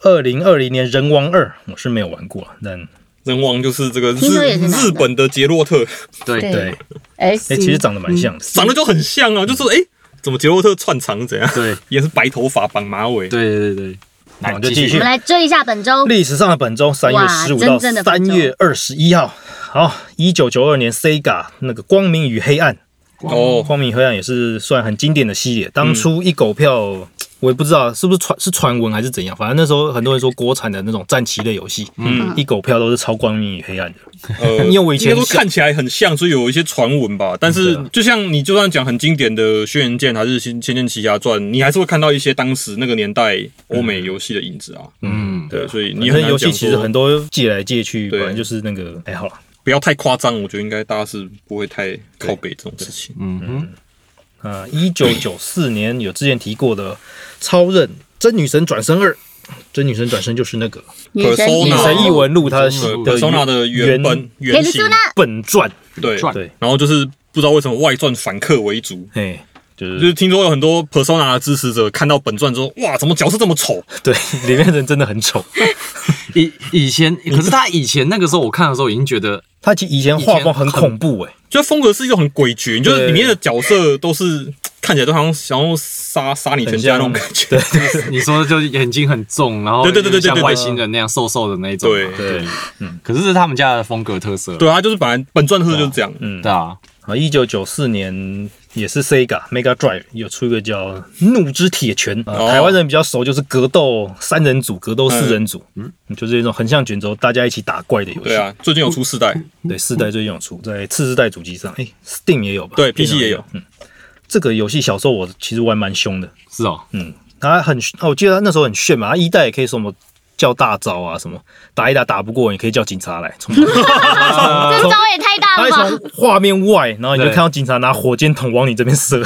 A: 二零二零年《人王二》我是没有玩过啊，但
D: 人王就是这个
C: 听说也
D: 日
C: 是男的
D: 日本的杰洛特，
B: 对
C: 对
A: 对，
C: 哎，
B: 嗯
A: 哎、其实长得蛮像的。
D: 长得就很像啊，就是哎、怎么杰洛特串场怎样？
B: 对
D: 也是白头发绑马尾。
B: 对对对，
A: 那我们就继
C: 我
A: 续
C: 们来追一下本周
A: 历史上的本周，三月
C: 哇
A: 十五到
C: 真正的
A: 三
C: 本周
A: 月二十一号。好，一九九二年 Sega 那个《光明与黑暗》
D: 哦，
A: 光明与黑暗也是算很经典的系列。当
D: 嗯
A: 初一狗票，我也不知道是不是传是传闻还是怎样，反正那时候很多人说国产的那种战棋类游戏，嗯，一狗票都是超《光明与黑暗》的。
D: 呃，
A: 因为我以前
D: 应该说
A: 小
D: 看起来很像，所以有一些传闻吧。但是
A: 对啊
D: 就像你就算讲很经典的《轩辕剑》还是《仙仙剑奇侠传》，你还是会看到一些当时那个年代欧美游戏的影子啊。
B: 嗯，
D: 对，所以你
A: 你
D: 很
A: 看
D: 难
A: 游戏
D: 讲
A: 其实
D: 说
A: 很多借来借去，
D: 对
A: 反正就是那个还好啦。
D: 不要太夸张，我觉得应该大家是不会太靠北这种事情。
B: 嗯哼，
A: 啊，一九九四年有之前提过的《超任真女神转生二》，真女神转生就是那个
C: 女神异
A: 《女
D: Persona
A: 神异闻录》它的
B: 嗯
A: 的
D: Persona 的原本原型，
C: Persona
A: 本传，
D: 对，
B: 传
A: 对，
D: 然后就是不知道为什么外传反客为主。
A: 哎，就
D: 就是是听说有很多 Persona 的支持者看到本传之后，哇，怎么角色这么丑？
A: 对， 里面人真的很丑。
B: 以以前，可是他以前那个时候我看的时候已经觉得
A: 他其实以前画风很恐怖哎、
D: 就风格是一种很诡谲，就是
A: 对
D: 里面的角色都是看起来都好像想要杀杀你全家那种感觉。对
B: 你说就是眼睛很重，然后
D: 对对对对对对
B: 像外星人那样瘦瘦的那一种嘛，嗯
D: 对嗯
A: 对，
B: 可是这是他们家的风格特色， 啊
D: 对，啊他就是本来本传特色就是这样。
A: 嗯
B: 对，啊，
A: 啊，一九九四年也是 Sega Mega Drive 有出一个叫《怒之铁拳》啊
D: 哦
A: 台湾人比较熟就是格斗三人组、格斗四人组，嗯，就是一种横向卷轴，大家一起打怪的游戏。
D: 对啊，最近有出四代，
A: 对，四代最近有出，在次世代主机上，哎、s t e a m 也有吧？
D: 对
A: 电脑
D: PC 也有。
A: 嗯，这个游戏小时候我其实玩蛮凶的，
B: 是哦，
A: 嗯，它很，哦我记得它那时候很炫嘛，它一代也可以什么叫大招啊，什么打一打打不过，你可以叫警察来， 从
C: 这招也太大
A: 他会
C: 了吧！
A: 从画面外，然后你就
B: 对
A: 看到警察拿火箭筒往你这边射，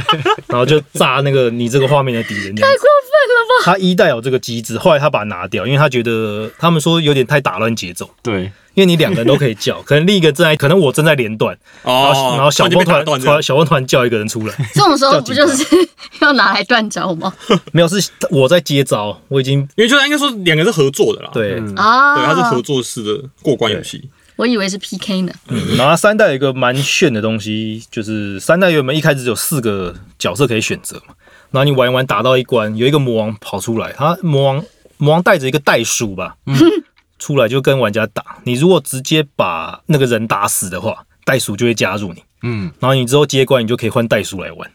A: 然后就炸那个你这个画面的敌人。太过分了吧！他一代有这个机制，后来他把它拿掉，因为他觉得他们说有点太打乱节奏，
B: 对，
A: 因为你两个人都可以 叫，可能另一个正在，可能我正在连段，然后、
D: 哦，
A: 然后小
D: 突
A: 峰突
D: 然间被打
A: 然
D: 断
A: 突
D: 这样
A: 然，小峰突然叫一个人出来，
C: 这种时候不就是 要拿来断招吗？
A: 没有是我在接招，我已经
D: 因为就是应该说两个是合作的啦。，
A: 对。
B: 嗯
D: 对，它是
C: 啊
D: 合，作式的过关游戏。
C: 我以为是 PK 呢。
A: 嗯然后它三代有一个蛮炫的东西，就是三代原本一开始只有四个角色可以选择嘛，然后你玩一玩打到一关，有一个魔王跑出来，他魔王魔王带着一个袋鼠吧，
C: 嗯
A: 出来就跟玩家打。你如果直接把那个人打死的话，袋鼠就会加入你，
B: 嗯，
A: 然后你之后接关你就可以换袋鼠来 玩。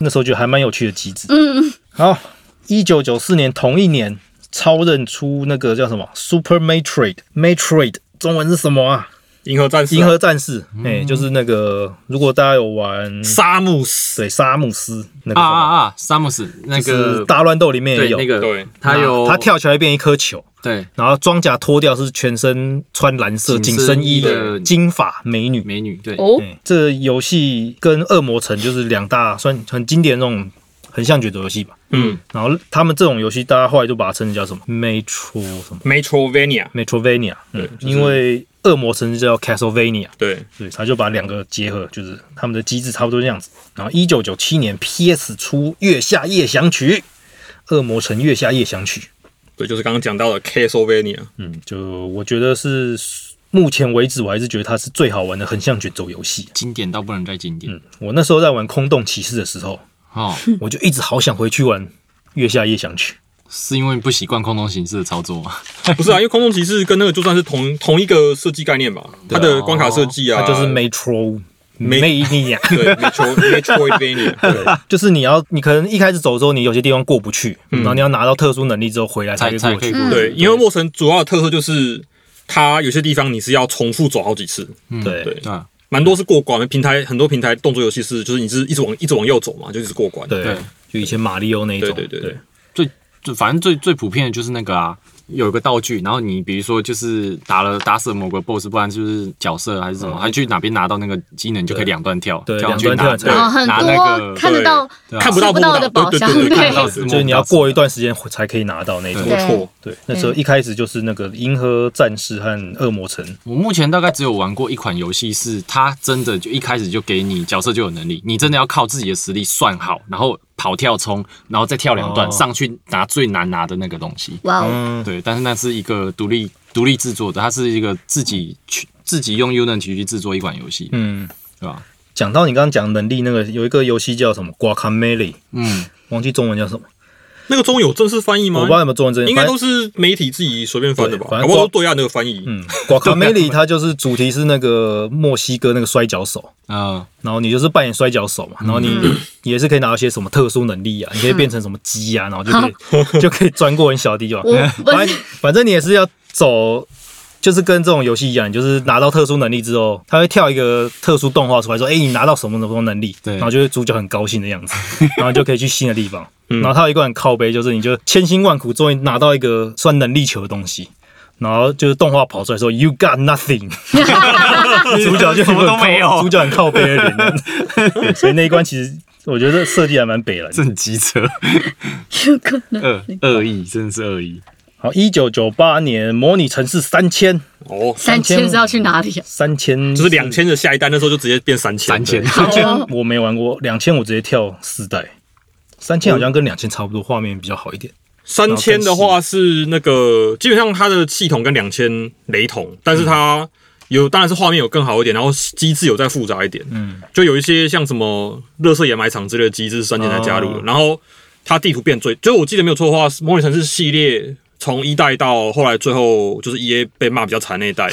A: 那时候觉得还蛮有趣的机制。
C: 嗯，
A: 好，一九九四年同一年，超任出那个叫什么 Super Metroid Metroid，中文是什么啊？
D: 银河战士啊，
A: 银河战士，
B: 嗯
A: 哎、就是那个，如果大家有玩
D: 沙漠斯，
A: 对沙姆斯那个
B: 啊
A: 什么，
B: 啊啊，詹姆斯那
A: 就是
B: 个
A: 大乱斗里面也
B: 对
A: 有，啊
B: 那个
D: 对
B: 他有
A: 他跳起来变一颗球，
B: 对
A: 然后装甲脱掉是全身穿蓝色紧
B: 紧
A: 身
B: 身
A: 衣
B: 衣
A: 的
B: 的
A: 金发美女。
B: 美女对，
C: 哦，
A: 哎，这游戏跟恶魔城就是两大算很经典的那种横向卷轴游戏吧。
D: 嗯
A: 然后他们这种游戏，大家后来就把它称之叫什么 Metro 什么
D: ，Metrovania，
A: Metrovania，嗯
D: 对，就是
A: 因为恶魔城是叫 Castlevania。
D: 对，
A: 对，他就把两个结合，就是他们的机制差不多这样子。然后一九九七年 PS 出《月下夜想曲》，《恶魔城月下夜想曲》，
D: 对，就是刚刚讲到的 Castlevania。
A: 嗯，就我觉得是目前为止，我还是觉得它是最好玩的横向卷轴游戏。
B: 经典到不能再经典
A: 嗯，我那时候在玩《空洞骑士》的时候，
B: 哦，
A: 我就一直好想回去玩《月下夜想曲》。
B: 是因为不习惯空中形式的操作嘛？
D: 不是啊，因为空中骑士跟那个就算是同同一个设计概念吧，它的关卡设计啊，
A: 它就是 Metro
D: Me-
A: Mania，
D: 对 Metro Metroidvania，对
A: 就是你要你可能一开始走的时候，你有些地方过不去，然后你要拿到特殊能力之后回来 才可
B: 才
A: 以过
B: 才
A: 去。
B: 可以
C: 嗯
D: 对，因为陌城主要的特色就是它有些地方你是要重复走好几次，
A: 对
D: 对，
B: 对啊
D: 蛮多是过关。平台很多平台动作游戏是就是你是一直往一直往右走嘛，就一直过关。
A: 对，
B: 对
A: 就以前马里奥那一种，
D: 对对对对
B: 最就反正最最普遍的就是那个啊，有一个道具，然后你比如说就是打了打死了某个 boss，不然就是角色啊还是什么，还去哪边拿到那个技能就可以两段跳，
A: 嗯对
B: 跳上去
A: 两
B: 拿
A: 段跳
C: 哦，很
B: 嗯拿那
C: 多
B: 个
C: 看得到，
B: 对啊
D: 看不到
C: 看不到的宝箱
D: 对
C: 对
D: 对对，看不到
B: 看不到字幕
A: 就是你要过一段时间才可以拿到那种。
D: 没
C: 对
D: 错，
A: 对，那时候一开始就是那个《银河战士》和《恶魔城》，
B: 我目前大概只有玩过一款游戏，是它真的就一开始就给你角色就有能力，你真的要靠自己的实力算好，然后跑跳冲，然后再跳两段、
A: 哦
B: 上去拿最难拿的那个东西。
C: 哇哦，
A: 嗯，
B: 对，但是那是一个独立独立制作的，它是一个自己去自己用 Unity 去制作一款游戏，
A: 嗯，
B: 对吧？
A: 讲到你刚刚讲能力那个，有一个游戏叫什么《Guacamole》，
B: 嗯，
A: 忘记中文叫什么，
D: 那个中文有正式翻译
A: 我
D: 吗？
A: 不知道有没有中文真。
D: 应该
A: 反正
D: 都是媒体自己随便翻的吧？
A: 对反正
D: 搞不好都对岸那个翻译。
A: 嗯，《Guacamole》它就是主题是那个墨西哥那个摔跤手，
B: 啊，
A: 然后你就是扮演摔跤手
C: 嗯
A: 嘛，然后你也是可以拿到一些什么特殊能力啊，你可以变成什么鸡啊，然后就可以 就可以钻过很小的地方。
C: 我不
A: 反
C: 是
A: 正反正你也是要走，就是跟这种游戏一样，你就是拿到特殊能力之后，他会跳一个特殊动画出来，说：“哎、你拿到什么什么能力？”
B: 对
A: 然后就是主角很高兴的样 子，然后就可以去新的地方。
D: 嗯
A: 然后他有一个很靠背，就是你就千辛万苦终于拿到一个算能力球的东西。然后就是动画跑出来说 “You got nothing”，主角就
B: 什么都没有
A: 主角很靠背的脸这样子，对所以那一关其实我觉得设计还蛮北蓝的
B: 这。很机车，
C: 有可能
B: 恶恶意，真的是恶意。
A: 好，一九九八年模拟城市三千，
D: 哦，
C: 三千
A: 千
C: 是要去哪里啊？
A: 三千
D: 就是两千的下一单，那时候就直接变三千。
B: 三千，
C: 好哦，
A: 我没玩过，两千我直接跳四代，三千好像跟两千差不多，画面比较好一点。
D: 三千的话是那个，基本上它的系统跟两千雷同，但是它有当然是画面有更好一点，然后机制有再复杂一点。
A: 嗯，
D: 就有一些像什么乐色掩埋场之类的机制是三千才加入的，
A: 哦
D: 然后它地图变最，就我记得没有错的话，《模拟城市》系列从一代到后来最后就是 E A 被骂比较惨那一代，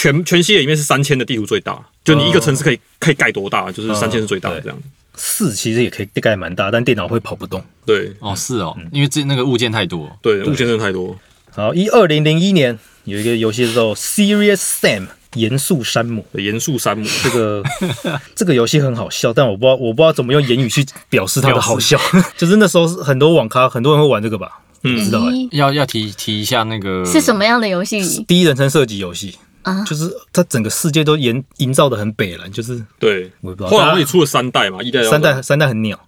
D: 全全系列里面是三千的地图最大，就你一个城市可以可以盖多大，就是三千是最大的这样。
A: 四其实也可以盖蛮大，但电脑会跑不动。
D: 对
B: 哦，是哦，因为这那个物件太多，
D: 对，物件真的太多。
A: 好，一二零零一年有一个游戏叫做《Serious Sam》严肃山姆，
D: 严肃山姆，
A: 这个 这个游戏很好笑，但我不知道我不知道怎么用言语去表示它的好笑。 就是那时候是很多网咖很多人会玩这个吧，
D: 嗯
A: 不知道哎、
C: 咦
B: 要要提提一下那个
C: 是什么样的游戏？
A: 第一人称射击游戏
C: 啊
A: 就是它整个世界都营营造的很北蓝，就是
D: 对，
A: 我也不知道
D: 后来好像也出了三代嘛，一代、
A: 三代，三代很鸟，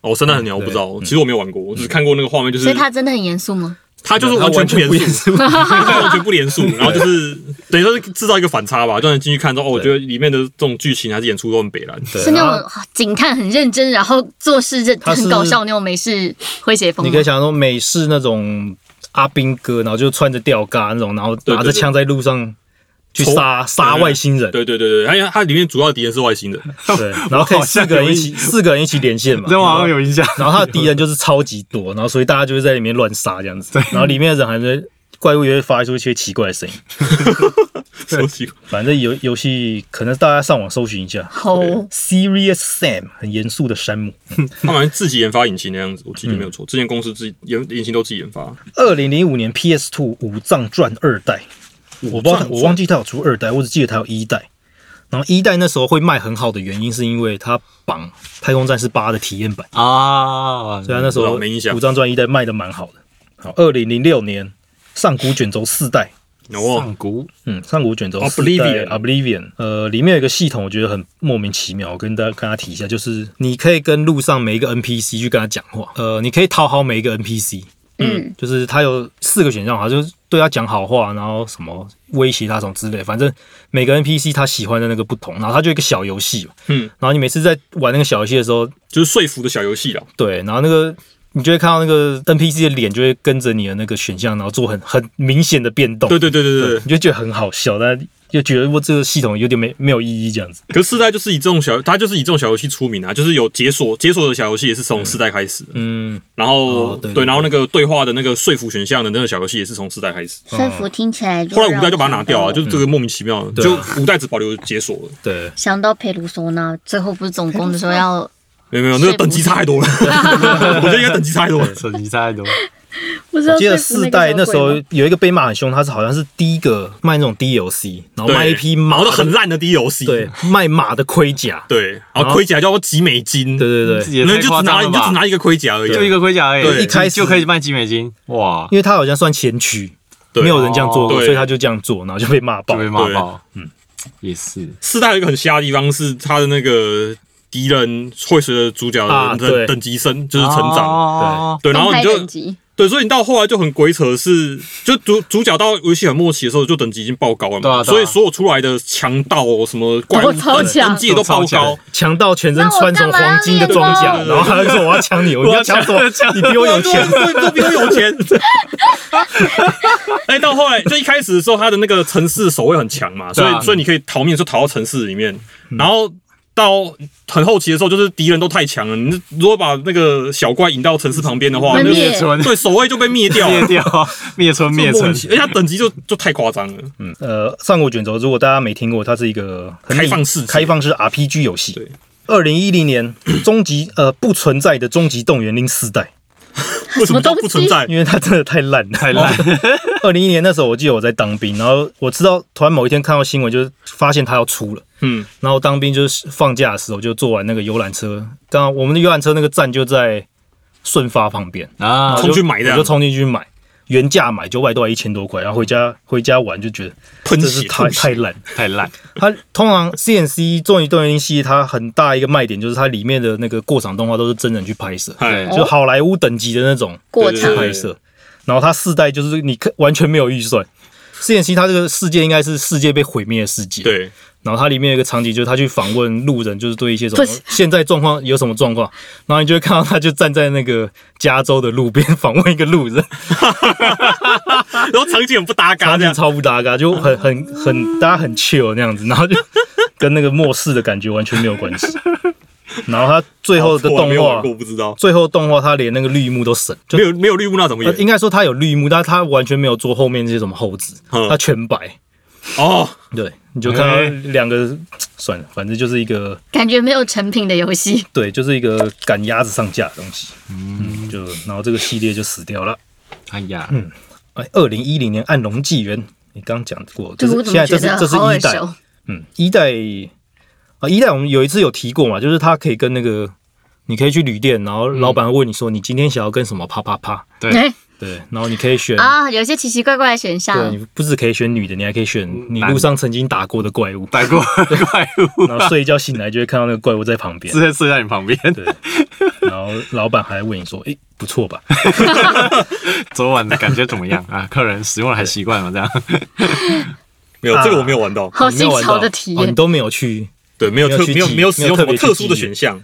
D: 哦，三代很鸟，我不知道，其实我没有玩过，我只是看过那个画面，就是
C: 所以它真的很严肃吗？
D: 它就是
A: 它
D: 完
A: 完
D: 全
A: 全不
D: 不严
A: 严
D: 肃，
A: 肃。
D: 它完全不严肃，然后就是等于说是制造一个反差吧，让人进去看之后，哦，我觉得里面的这种剧情还是演出都很北蓝，
A: 对
C: 是那
A: 然后
C: 种啊警探很认真，然后做事认
A: 它是
C: 很搞笑那种美式诙谐风
A: 你
C: 吗
A: 可以想象说美式那种阿兵哥，然后就穿着吊嘎那种，然后
D: 对
A: 拿着枪在路上去杀杀外星人，
D: 对对对对，还有它里面主要的敌人是外星人，
A: 对，然后可以四个人一 起四个人一起连线嘛，
B: 这我好像有印象。
A: 然后他的敌人就是超级多，然后所以大家就会在里面乱杀这样子，然后里面的人还在怪物也会发出一些奇怪的声音，
D: 超奇怪，
A: 反正游游戏可能大家上网搜寻一下
C: 好哦，
A: ，Serious Sam 很严肃的山姆，
D: 他好像自己研发引擎的样子，我记得没有错，之前公司自己研引擎都自己研发，
A: 二零零五年 PS Two《五藏传二代》，我不知道它，我忘记它有出二代，我只记得它有一代。然后一代那时候会卖很好的原因，是因为它绑《太空战士八》的体验版，
B: 啊，
A: 所以它那时
D: 我
A: 候
D: 没印象
A: 《五藏传》一代卖的蛮好的。好，二零零六年上古卷轴四代，
D: 哦，
B: 上古
A: 嗯，上古卷轴四代
D: Oblivion
A: Oblivion，呃，里面有一个系统，我觉得很莫名其妙，我跟大家跟他提一下，就是你可以跟路上每一个 NPC 去跟他讲话，呃，你可以讨好每一个 NPC，
C: 嗯，
A: 就是他有四个选项嘛，就是对他讲好话，然后什么威胁他什么之类，反正每个 NPC 他喜欢的那个不同，然后他就有一个小游戏嘛，
D: 嗯，
A: 然后你每次在玩那个小游戏的时候，
D: 就是说服的小游戏啦，
A: 对，然后那个你就会看到那个 NPC 的脸就会跟着你的那个选项，然后做很很明显的变动，
D: 对对对对对，
A: 你就觉得很好笑，但又觉得我这个系统有点没没有意义这样子，
D: 可是四代就是以这种小，它就是以这种小游戏出名啊，就是有解锁解锁的小游戏也是从四代开始的，
A: 嗯，
D: 然后、
A: 哦对对
D: 然后那个对话的那个说服选项的那个小游戏也是从四代开始，
C: 说服听起来。
D: 嗯后来五代就把它拿掉啊，就是这个莫名其妙的，
A: 对啊
D: 就五代只保留解锁了，
A: 对，
C: 想到佩鲁索纳，最后不是总攻的时候要
D: 没有没有，那个等级差太 多了，我觉得应该等级差太多了。
B: 手机太 多，
C: 不知
A: 我
C: 道
A: 记得
C: 说服
A: 四
C: 呃那个
A: 代那时候
C: 鬼吗
A: 有一个被骂很凶，他是好像是第一个卖那种 DLC，然后
D: 对
A: 卖一批嗯马
D: 毛的很烂的 DLC，
A: 对，卖马的盔甲，
D: 对，然后盔甲就要几美金，
A: 对对对，
D: 你
B: 也
D: 就
B: 太
D: 只
B: 夸张
D: 拿
B: 了
D: 你就只
B: 吧？
D: 拿一个盔甲而已，
B: 就一个盔甲而已，
D: 对
A: 一开始
B: 就可以卖几美金，哇，
A: 因为他好像算前驱，
D: 对
A: 没有人这样做过，
D: 对
A: 所以他就这样做，然哦后就被骂爆
B: 就。被骂爆，嗯，也是，
D: 四代有一个很瞎的地方是它的那个敌人会随着主角
A: 啊
D: 的等
A: 对
D: 等级升，就是成长。
B: 哦，
D: 对，然后
C: 公开
D: 你就
C: 等级
D: 对，所以你到后来就很鬼扯是，就主主角到游戏很末期的时候，就等级已经爆高了嘛，
B: 对啊对啊
D: 所以所有出来的强盗哦什么怪
C: 都
D: 物
C: 超
D: 等
C: 强
D: 等级也都爆
B: 都超
D: 高
B: 强，
A: 强盗全身穿什么黄金的装
C: 那我干
A: 甲
C: 嘛，
D: 要练
A: 然后他就说我要抢你， 我要抢什么？你比我有钱。
D: 对，都比我有钱。 哎，到后来就一开始的时候，他的那个城市守卫很强嘛，所
B: 对
D: 以
B: 啊嗯
D: 所以你可以逃命，就逃到城市里面，然后。到很后期的时候，就是敌人都太强了，你如果把那个小怪引到城市旁边的话，
C: 会
D: 那
C: 灭
D: 个
B: 灭村
D: 对守卫就被灭掉了
B: 灭，掉，灭村灭
D: 莫
B: 城
D: 名，其而且它等级就就太夸张了。
A: 嗯，呃，《上古卷轴》如果大家没听过，它是一个很
D: 开放世界
A: 开放式 RPG 游戏。
D: 对，
A: 二零一零年终极呃不存在的终极动员令四代，
D: 为什么叫
C: 什么东西
D: 不存在？
A: 因为它真的太烂了。
B: 太烂，
A: 二零一年那时候，我记得我在当兵，然后我知道突然某一天看到新闻，就是发现它要出了。
D: 嗯，
A: 然后当兵就是放假的时候，就坐完那个游览车，刚好我们的游览车那个站就在顺发旁边，
B: 啊
A: 然后
D: 冲
A: 就
D: 去买的啊
A: 我就冲进去买，原价买九百多还一千多块，然后回家回家玩就觉得
D: 喷
A: 真
D: 血
A: 是太
D: 吐血
A: 太烂。
B: 太烂，
A: 它通常 CNC 终极动员令系列，它很大一个卖点就是它里面的那个过场动画都是真人去拍摄，
D: 哎
B: 对，
A: 就好莱坞等级的那种
C: 过
D: 对
C: 场
D: 对对
A: 拍摄。然后它四代就是你可完全没有预算，CNC 它这个世界应该是世界被毁灭的世界。
D: 对，
A: 然后它里面有一个场景，就是他去访问路人，就是对一些什么
C: 对
A: 现在状况有什么状况，然后你就会看到他就站在那个加州的路边访问一个路人，
D: 然后场景很不搭嘎
A: 场
D: 这
A: 景
D: 样。
A: 超不搭嘎，就很很很大家很 chill 那样子，然 后就跟那个末世的感觉完全没有关系。然后他最后的
D: 我
A: 动
D: 没有玩
A: 画
D: 过，，我不知道，
A: 最后动画他连那个绿幕都省，就
D: 没有没有绿幕那怎么
A: 呃
D: 演？
A: 应该说他有绿幕，但是他完全没有做后面这些什么后置，
D: 嗯
A: 他全白。
D: 哦，
A: 对，你就看到
B: 哎
A: 两个，算了，反正就是一个
C: 感觉没有成品的游戏。
A: 对，就是一个赶鸭子上架的东西。嗯，就然后这个系列就死掉了。
B: 哎呀，
A: 哎，二零一零年《暗龙纪元》，你刚讲过，就
C: 对，我
A: 是
C: 怎
A: 现在
C: 么觉
A: 这是
C: 得
A: 这是
C: 好
A: 一
C: 耳
A: 代，
C: 熟？
A: 嗯，一代啊，一代我们有一次有提过嘛，就是它可以跟那个，你可以去旅店，然后老板会问你说你今天想要跟什么啪啪啪，
B: 对，
A: 对，然后你可以选。
C: 哎啊，有一些奇奇怪怪的选
A: 对，
C: 项
A: 你，不只可以选女的，你还可以选你路上曾经打过的怪物，
B: 打过怪物
A: 然后睡一觉醒来就会看到那个怪物在旁边
B: 直，接射在你旁边，
A: 然后老板还问你说：“诶，不错吧？”
B: 昨晚的感觉怎么样啊？客人使用了还习惯吗？这样，
D: 没有
A: 啊
D: 这个我没有玩到，
C: 好
A: 你没
C: 新
A: 有玩到
C: 潮的体
A: 哦，你
C: 验。
A: 都没有去。
D: 对，没有
A: 没有
D: 特
A: 去
D: 没有
A: 记
D: 没有使用
A: 没有
D: 什
A: 特
D: 么
A: 别
D: 特殊
A: 记
D: 的
A: 忆
D: 选项，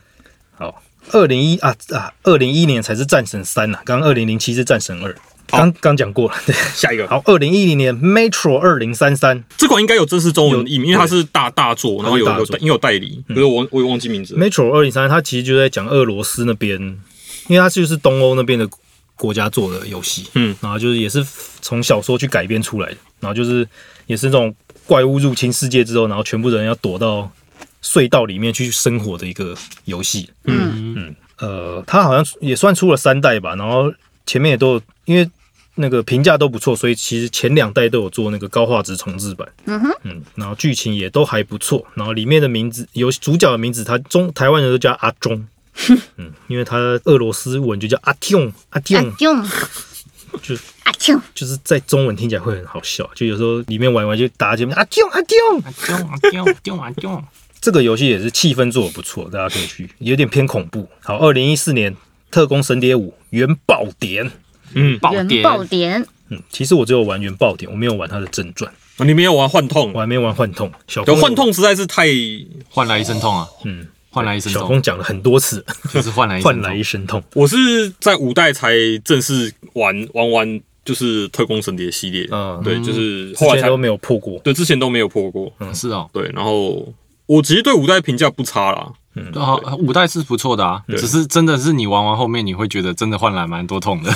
A: 好，二零一啊啊，二零一一年才是战神三呐、刚刚二零零七是战神二，刚刚讲过了。对，
D: 下一个。
A: 好，二零一零年 Metro 二零三三
D: 这款应该有真实中文译名，因为它
A: 对
D: 是大大作，然后有
A: 它是大
D: 有
A: 作嗯
D: 代因为有代理，可是我忘我也忘记名字了。
A: ，Metro 二零三，它其实就在讲俄罗斯那边，因为它就是东欧那边的国家做的游戏，
D: 嗯，
A: 然后就是也是从小说去改编出来的，然后就是也是那种怪物入侵世界之后，然后全部人要躲到隧道里面去生活的一个游戏。
C: 嗯，
A: 呃，它好像也算出了三代吧，然后前面也都有因为那个评价都不错，所以其实前两代都有做那个高画质重置版。
C: 嗯哼，
A: 嗯，然后剧情也都还不错，然后里面的名字有主角的名字，他中台湾人都叫阿 忠。嗯，因为他俄罗斯文就叫阿勇，阿
C: 阿
A: 勇
C: 用
A: 就
C: 阿用，
A: 就是在中文听起来会很好笑，就有时候里面玩一玩就打节目阿勇阿勇。
B: 丢啊丢丢啊丢！
A: 这个游戏也是气氛做的不错，大家可以去，有点偏恐怖。好，二零一四年《特工神谍五：原爆点》，
D: 嗯，
B: 爆
C: 原
B: 点，
C: 爆点，
A: 嗯，其实我只有玩原爆点，我没有玩它的正传，
D: 哦你没有玩幻痛
A: 我，还没玩幻痛。小
D: 对
A: 公
D: 幻，痛实在是太
B: 换来一身痛啊！
A: 嗯，
B: 换来一身
A: 小
B: 痛，
A: 公讲了很多次，
B: 就是换来一身
A: 换
B: 痛
A: 来一身痛。
D: 我是在五代才正式玩玩完，就是特工神谍系列，
A: 嗯
D: 对，就是
A: 之
D: 后来
A: 前
D: 才
A: 都没有破过。
D: 对之前都没有破过，
B: 是哦，
D: 对，然后我其实对五代评价不差啦，
B: 对啊，五代是不错的啊，只是真的是你玩完后面你会觉得真的换来蛮多痛的，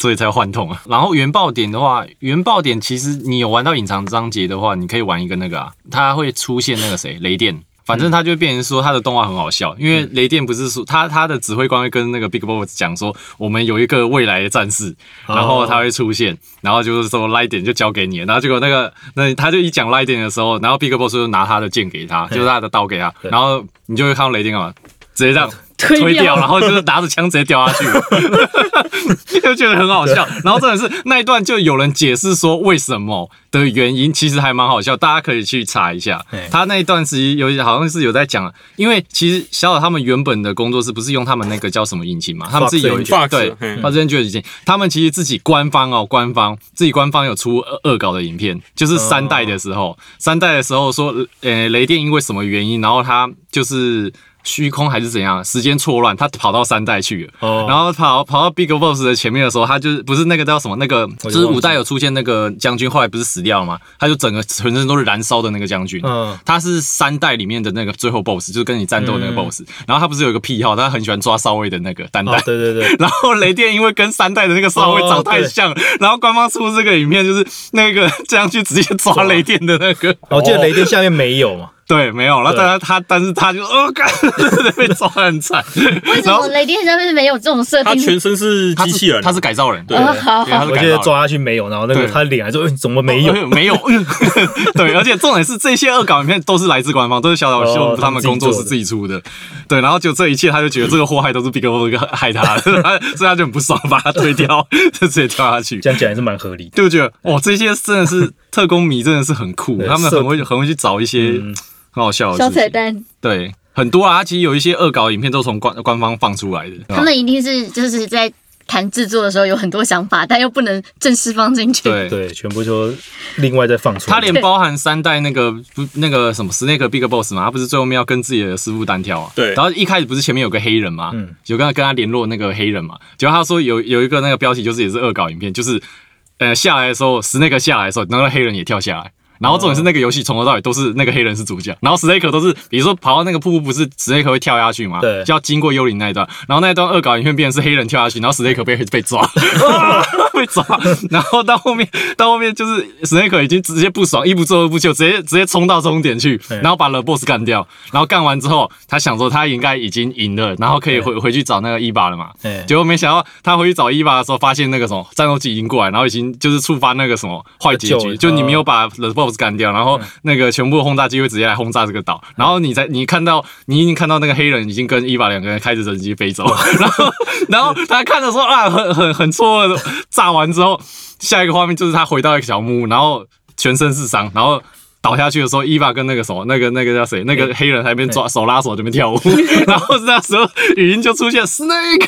B: 所以才换痛啊。然后原爆点的话，原爆点其实你有玩到隐藏章节的话，你可以玩一个那个啊，它会出现那个谁雷电。反正它就会变成说，它的动画很好笑，因为雷电不是说他他的指挥官会跟那个 Big Boss 讲说，我们有一个未来的战士，然后他会出现，然后就是说 Light 点就交给你了，然后结果那个那他就一讲 Light 点的时候，然后 Big Boss 就拿他的剑给他，就是他的刀给他，然后你就会看到雷电干嘛，直接这样。
C: 推掉
B: 推掉，然后就是拿着枪直接掉下去，就觉得很好笑。然后真的是那一段就有人解释说为什么的原因，其实还蛮好笑，大家可以去查一下
A: 嘿。
B: 他那一段其实有好像是有在讲，因为其实小小他们原本的工作室不是用他们那个叫什么引擎嘛，他们自己有一
D: Fox
B: 对
D: 嗯
B: Fox Engine 引擎，他们其实自己官方哦，官方自己官方有出恶恶搞的影片，就是三
A: 哦
B: 代的时候，三代的时候说，呃，雷电因为什么原因，然后他就是。虚空还是怎样，时间错乱，他跑到三代去了。
A: 哦
B: 然后跑跑到 Big Boss 的前面的时候，他就是不是那个叫什么那个，
A: 我就忘
B: 就
A: 记
B: 是五代有出现那个将军，后来不是死掉了吗？他就整个全身都是燃烧的那个将军。
A: 嗯
B: 他是三代里面的那个最后 BOSS，就是跟你战斗的那个
A: 嗯
B: BOSS、然后他不是有一个癖好，他很喜欢抓少尉的那个蛋蛋。
A: 哦，对对对，
B: 然后雷电因为跟三代的那个少尉长太像，然后官方出这个影片就是那个将军直接抓雷电的那个，
A: 哦我记得雷电下面没有嘛，
B: 对，没有。然后
A: 对
B: 但他他但是他就哦，干 被抓得很惨。
C: 为什
B: 然后
C: 么雷电上面没有这种设
D: 他
C: 定？
D: 全身是
B: 他
D: 机器人，啊
B: 是他 是改造人，对
D: 对
C: 哦，好
B: 对，他是
A: 我
B: 改
A: 记得
B: 造人。
A: 抓下去没有，然后那个
B: 对
A: 他脸还说哎怎么没有？
B: 呃没有， 嗯对，而且重点是这些恶搞影片都是来自官方，都是小岛秀
A: 哦
B: 夫他们工作室
A: 他们
B: 自
A: 自
B: 己出的，对，然后就这一切，他就觉得这个祸害都是 Big O 害他的， 他所以他就很不爽，把他推掉， 就直接跳下 去。
A: 这样讲也是蛮合理的。
B: 就觉得哇，这些真 的是特工迷，真的是很酷，
A: 对
B: 他们
A: 色
B: 很会很会去找一些
A: 嗯
B: 很好笑的
C: 小
B: 事情
C: 彩蛋，
B: 对，很多啊，其实有一些恶搞影片都从官官方放出来的。
C: 他们一定是就是在谈制作的时候有很多想法，但又不能正式放进去。
B: 对，
A: 对，全部就另外再放出来。
B: 他连包含三代那个不那个什么 Snake Big Boss 嘛，他不是最后面要跟自己的师傅单挑啊？
D: 对
B: 然后一开始不是前面有个黑人嘛，
A: 嗯
B: 有跟他跟他联络那个黑人嘛，结果他说有有一个那个标题就是也是恶搞影片，就是呃下来的时候 Snake 下来的时候，那个黑人也跳下来。然后重点
A: 哦
B: 是那个游戏从头到尾都是那个黑人是主角，然后 Snake 都是，比如说跑到那个瀑布，不是 Snake 会跳下去嘛？
A: 对
B: 就要经过幽灵那一段，然后那一段恶搞影片变成是黑人跳下去，然后 Snake 被被抓，啊 被抓，然后到后面到后面就是 Snake 已经直接不爽，一不做二不休，直接直接冲到终点去，
A: 对
B: 然后把 The Boss 干掉，然后干完之后，他想说他应该已经赢了，然后可以回回去找那个伊巴了嘛，
A: 哎
B: 结果没想到他回去找伊娃的时候，发现那个什么战斗机已经过来，然后已经就是触发那个什么坏结
A: 救
B: 局，
A: 了嗯
B: 就你没有把 The Boss 干掉，然后那个全部的轰炸机会直接来轰炸这个岛，然后你在你看到你已经看到那个黑人已经跟伊娃两个人开着直升机飞走， 然后然后他看的时候啊，很很很错愕的，炸完之后，下一个画面就是他回到一个小木屋，然后全身是伤，然后。倒下去的时候，伊娃跟那个什么，那个那个叫谁，那个黑人还边抓手拉手这边跳 舞，然后那时候语音就出现 snake，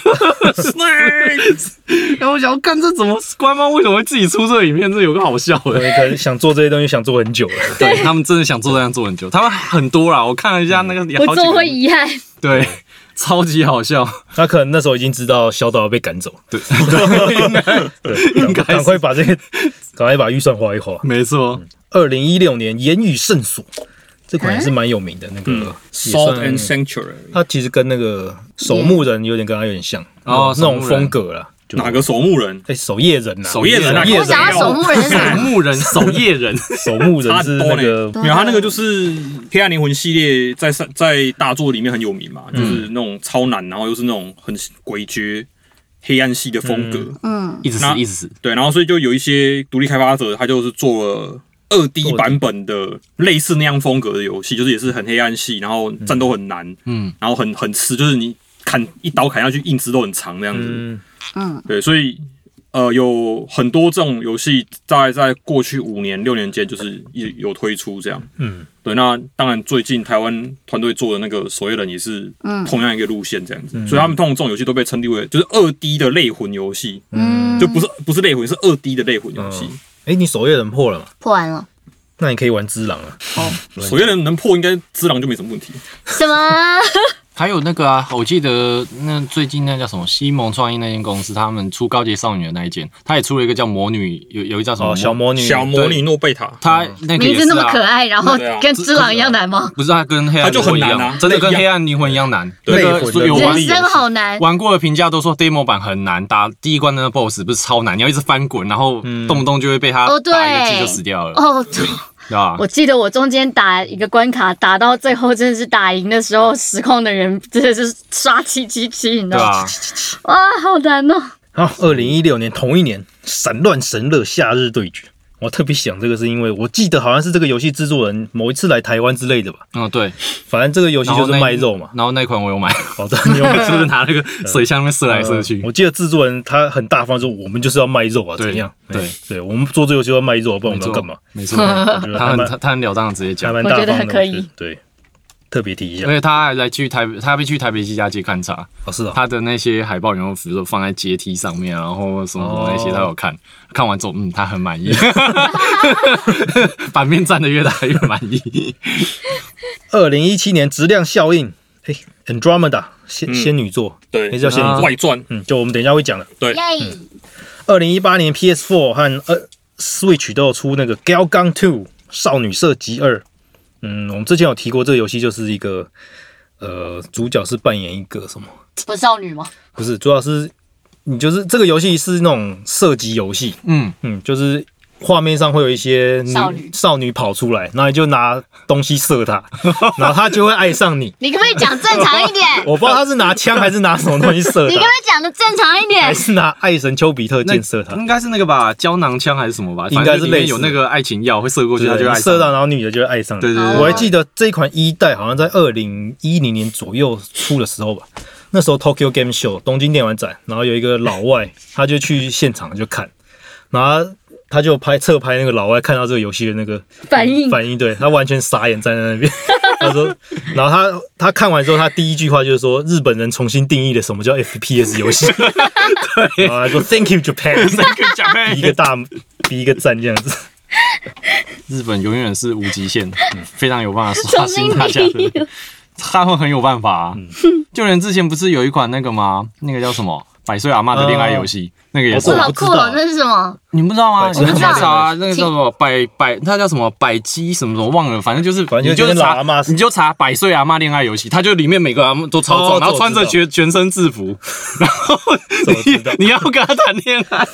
D: Snake
B: 然后我想，看这怎么官方为什么会自己出这个影片？这有个好笑的。
A: 可能想做这些东西想做很久了。
B: 对他们真的想做这样做很久，他们很多啦，我看了一下那个也好
C: 我
B: 几
C: 做
B: 个
C: 会，遗憾，
B: 对，超级好笑，
A: 他可能那时候已经知道小岛要被赶走，
B: 对，
A: 对，赶赶快把这个，赶快把预算花一花。
B: 没错，
A: 二零一六年《言语圣所》这款也是蛮有名的，那个也
D: 嗯 Salt
A: 算
D: and Sanctuary
A: 它其实跟那个守墓人有点跟他有点像
B: 哦
A: 那种
B: 守墓人
A: 风格啦。就
D: 哪个守墓人？
A: 哎，守夜人啦，
D: 守夜人啊
A: 守夜
C: 我想要守墓人是
B: 哦守
C: 啥？
B: 墓人、守夜人，
A: 守 墓人是那个
C: 对
D: 没有，他那个就是《黑暗灵魂》系列在上在大作里面很有名嘛，就是那种超难，然后又是那种很诡谲、黑暗系的风格。
C: 嗯，
B: 一直
D: 那
B: 死，一直死，
D: 对，然后所以就有一些独立开发者，他就是做了二 D 版本的类似那样风格的游戏，就是也是很黑暗系，然后战斗很难，
B: 嗯，
D: 然后很很吃，就是你砍一刀砍下去，硬直都很长这样子。
A: 嗯，
D: 对，所以呃，有很多这种游戏在在过去五年六年间，就是有有推出这样。
A: 嗯，
D: 对。那当然，最近台湾团队做的那个《守夜人》也是
C: 嗯
D: 同样一个路线这样
A: 嗯
D: 子，所以他们通常这种游戏都被称之为就是二 D 的类魂游戏，
C: 嗯，
D: 就不是不是类魂，是二 D 的类魂游戏。
A: 哎，你守夜人破了嘛？
C: 破完了。
A: 那你可以玩只狼啊。
D: 哦守夜人能破，应该只狼就没什么问题。
C: 什么？
B: 还有那个啊，我记得那最近那叫什么西蒙创意那间公司，他们出高阶少女的那一间，他也出了一个叫魔女，有有一叫什么
A: 哦，小魔女，
D: 小魔女诺贝塔，
B: 他那个也
C: 名
B: 是
C: 字那么
B: 啊
C: 可爱，然后
D: 对啊
C: 跟只狼一样难吗？
B: 不是他跟黑暗
D: 它就
B: 灵魂一
D: 很难啊
B: 样，真的跟
D: 对
B: 黑暗灵魂一样难。
A: 对
B: 那
A: 类
B: 个
A: 魂的
B: 有
A: 这
B: 玩
C: 人生好难。
B: 玩过的评价都说 demo 版很难，打第一关的那 boss 不是超难，你要一直翻滚，然后
A: 嗯
B: 动不动就会被他
C: 哦
B: 打一个
C: 对
B: 击就死掉了，
C: 哦，
B: 对吧
C: 我？记得我中间打一个关卡，打到最后真的是打赢的时候，实况的人真的是刷七七七，你知
B: 对啊
C: 道吗？
B: 吧？
C: 哇，好难哦！
A: 好，二零一六年同一年，《闪乱神乐夏日对决》，我特别想这个是因为我记得好像是这个游戏制作人某一次来台湾之类的吧，
B: 嗯，对，
A: 反正这个游戏
B: 然后
A: 就是
B: 那
A: 卖肉嘛。哦
B: 然后那一款我有 买，
A: 好的，你有没有
B: 就是拿那个水枪那边射来射去
A: 呃。我记得制作人他很大方说，我们就是要卖肉啊，
B: 对
A: 怎样？
B: 对
A: 哎对，我们做这游戏要卖肉，不然我
B: 没
A: 们要
B: 错
A: 干嘛？？
B: 没 错，他
A: 还
B: 很
A: 蛮
B: 他他很了当的直接
A: 还
B: 讲，
A: 蛮大方
C: 我觉
A: 的，
C: 得可以
A: 我觉得对，特别提一下啊
B: 而。且他还来去台，他被去台北西家街看察，
A: 哦，是啊，
B: 他的那些海报，然后比如说放在阶梯上面，然后什么什么那些，
A: 哦
B: 他有看，看完之后，嗯，他很满 意， 版面站的越大越满意。
A: 二零一七年质量效应，哎哎， Andromeda 仙
D: 嗯
A: 仙女座，
D: 对
A: 也叫仙女座，
D: 外传，
A: 嗯，就我们等一下会讲的。
D: 对
C: 耶！
A: 二零一八年 PS4 和呃 Switch 都有出那个《Galgun Two 少女射击二》。嗯，我们之前有提过这个游戏，就是一个呃，主角是扮演一个什么？
C: 不少女吗？
A: 不是，主要是你就是这个游戏是那种射击游戏，
B: 嗯，
A: 嗯，就是画面上会有一些女
C: 少女
A: 少女跑出来，然后你就拿东西射她， 然后她就会爱上你。
C: 你可不可以讲正常一点？
A: 我不知道她是拿枪还是拿什么东西射
C: 你可不
A: 她
C: 可，以讲的正常一
A: 还
C: 点？
A: 是拿爱神丘比特
B: 那
A: 箭射她。
B: 应该是那个吧，胶囊枪还是什么吧，
A: 应该是
B: 反正里
A: 类
B: 面
A: 似
B: 有那个爱情药会射过去，
A: 对
B: 他就爱上
A: 射 到，然后女的就会爱上你。
B: 对对
C: 对
A: 我还记得这一款一代好像在二零一零年左右出的时候吧，那时候 Tokyo Game Show 东京电玩展，然后有一个老外，他就去现场就看，然后他就拍侧拍那个老外看到这个游戏的那个
C: 反应
A: 反应，对他完全傻眼站在那 边。他说，然后他他看完之后，他第一句话就是说，日本人重新定义了什么叫 FPS 游 戏。对，然后他说 Thank you Japan，比一个大 比一个赞这样子。
B: 日本永远是无极 限，嗯非常有办法刷
C: 重新
B: 新大家
C: 定义
B: 的，他们很有办法、啊。就连之前不是有一款那个吗？那个叫什么《百岁阿妈的恋爱游戏》，那个也是
A: 我
C: 哇，
A: 哦
C: 好
A: 不知
C: 酷
A: 道
C: 哦！这是什么？
B: 你们不知道吗？
A: 百
B: 你
A: 岁
B: 们去
C: 阿嬷
B: 查啊，那个叫什么百百，它叫什么百基什么什么忘了，反正就是
A: 反正
B: 你
A: 就
B: 就
A: 跟老
B: 查
A: 阿嬷是
B: 你就查百岁阿妈恋爱游戏，它就里面每个阿嬷都超
A: 哦
B: 壮，然
A: 这
B: 后
A: 我
B: 穿着
A: 知道
B: 全全身制 服，然后
A: 这我知道
B: 你你要跟他谈恋爱，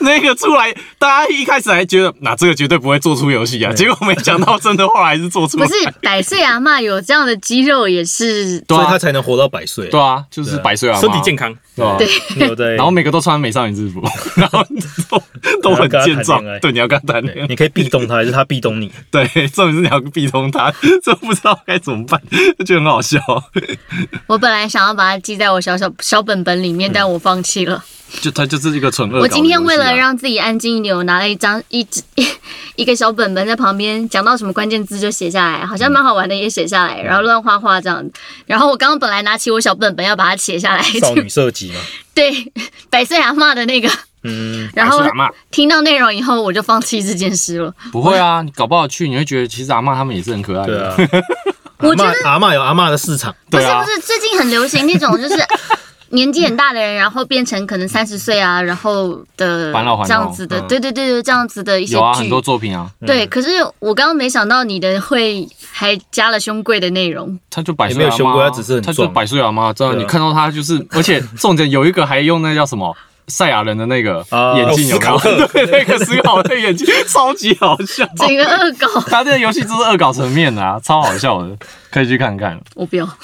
B: 那个出来，大家一开始还觉得那这个绝对不会做出游戏啊，结果没想到真的后来还是做出
C: 不
B: 来，
C: 是百岁阿嬷有这样的肌肉也是
B: 对
A: 所以他
B: 啊
A: 才能活到百岁。
B: 对啊，就是百岁阿妈，
D: 身体健康，
B: 对啊
A: 对你有在，
B: 然后每个都穿美少女制 服，然后都都
A: 然
B: 很
A: 后跟他
B: 健
A: 谈
B: 壮
A: 恋爱，
B: 对，你要跟他谈恋爱
A: 对。你可以壁咚他，还是他壁咚你？
B: 对，重点是你要逼通他， 这不知道该怎么办，就觉得很好笑。
C: 我本来想要把它记在我小小小本本里面，但我放弃了。
B: 就他就是嗯一个蠢恶、
C: 我今天为
B: 啊
C: 了，让自己安静一点，我拿了一张一纸 一个小本本在旁边，讲到什么关键字就写下来，好像蛮好玩的也写下
B: 嗯
C: 来，然后乱画画这样。然后我刚刚本来拿起我小本本要把它写 下来，
A: 少女射击嘛，
C: 对百岁阿嬷的那个，
A: 嗯，
C: 然后
B: 还是阿 嬷
C: 听到内容以后我就放弃这件事了。
B: 不会啊，你搞不好去你会觉得其实阿嬷他们也是很可爱
A: 对
B: 的。
A: 啊。
C: 我
A: 阿
C: 觉
A: 妈
C: 得
A: 阿妈有阿妈的市场，
C: 不是
B: 对啊
C: 不，是，最近很流行那种就是年纪很大的人，然后变成可能三十岁啊，然后的
B: 返老还童
C: 这样子的，
A: 嗯
C: 对对对对，这样子 的一些
B: 有啊，很
C: 剧。
B: 多作品啊，
C: 对，可是我刚刚没想到你的会还加了胸贵的内容，
B: 他就百
A: 也
B: 岁
A: 没
B: 阿
A: 有
B: 妈啊，
A: 凶过他只是很
B: 他就
A: 壮
B: 百岁阿妈，这样
A: 对啊
B: 你看到他 就是，而且重点有一个还用那叫什么赛亚人的那个
A: 啊
B: 眼镜，有没有？
D: 斯考
B: 对，那个思考的眼镜超级好 笑。
C: 整个恶搞，
B: 他这个游戏就是恶搞层面的啊，超好笑的，可以去看看。
C: 我不要
A: 好，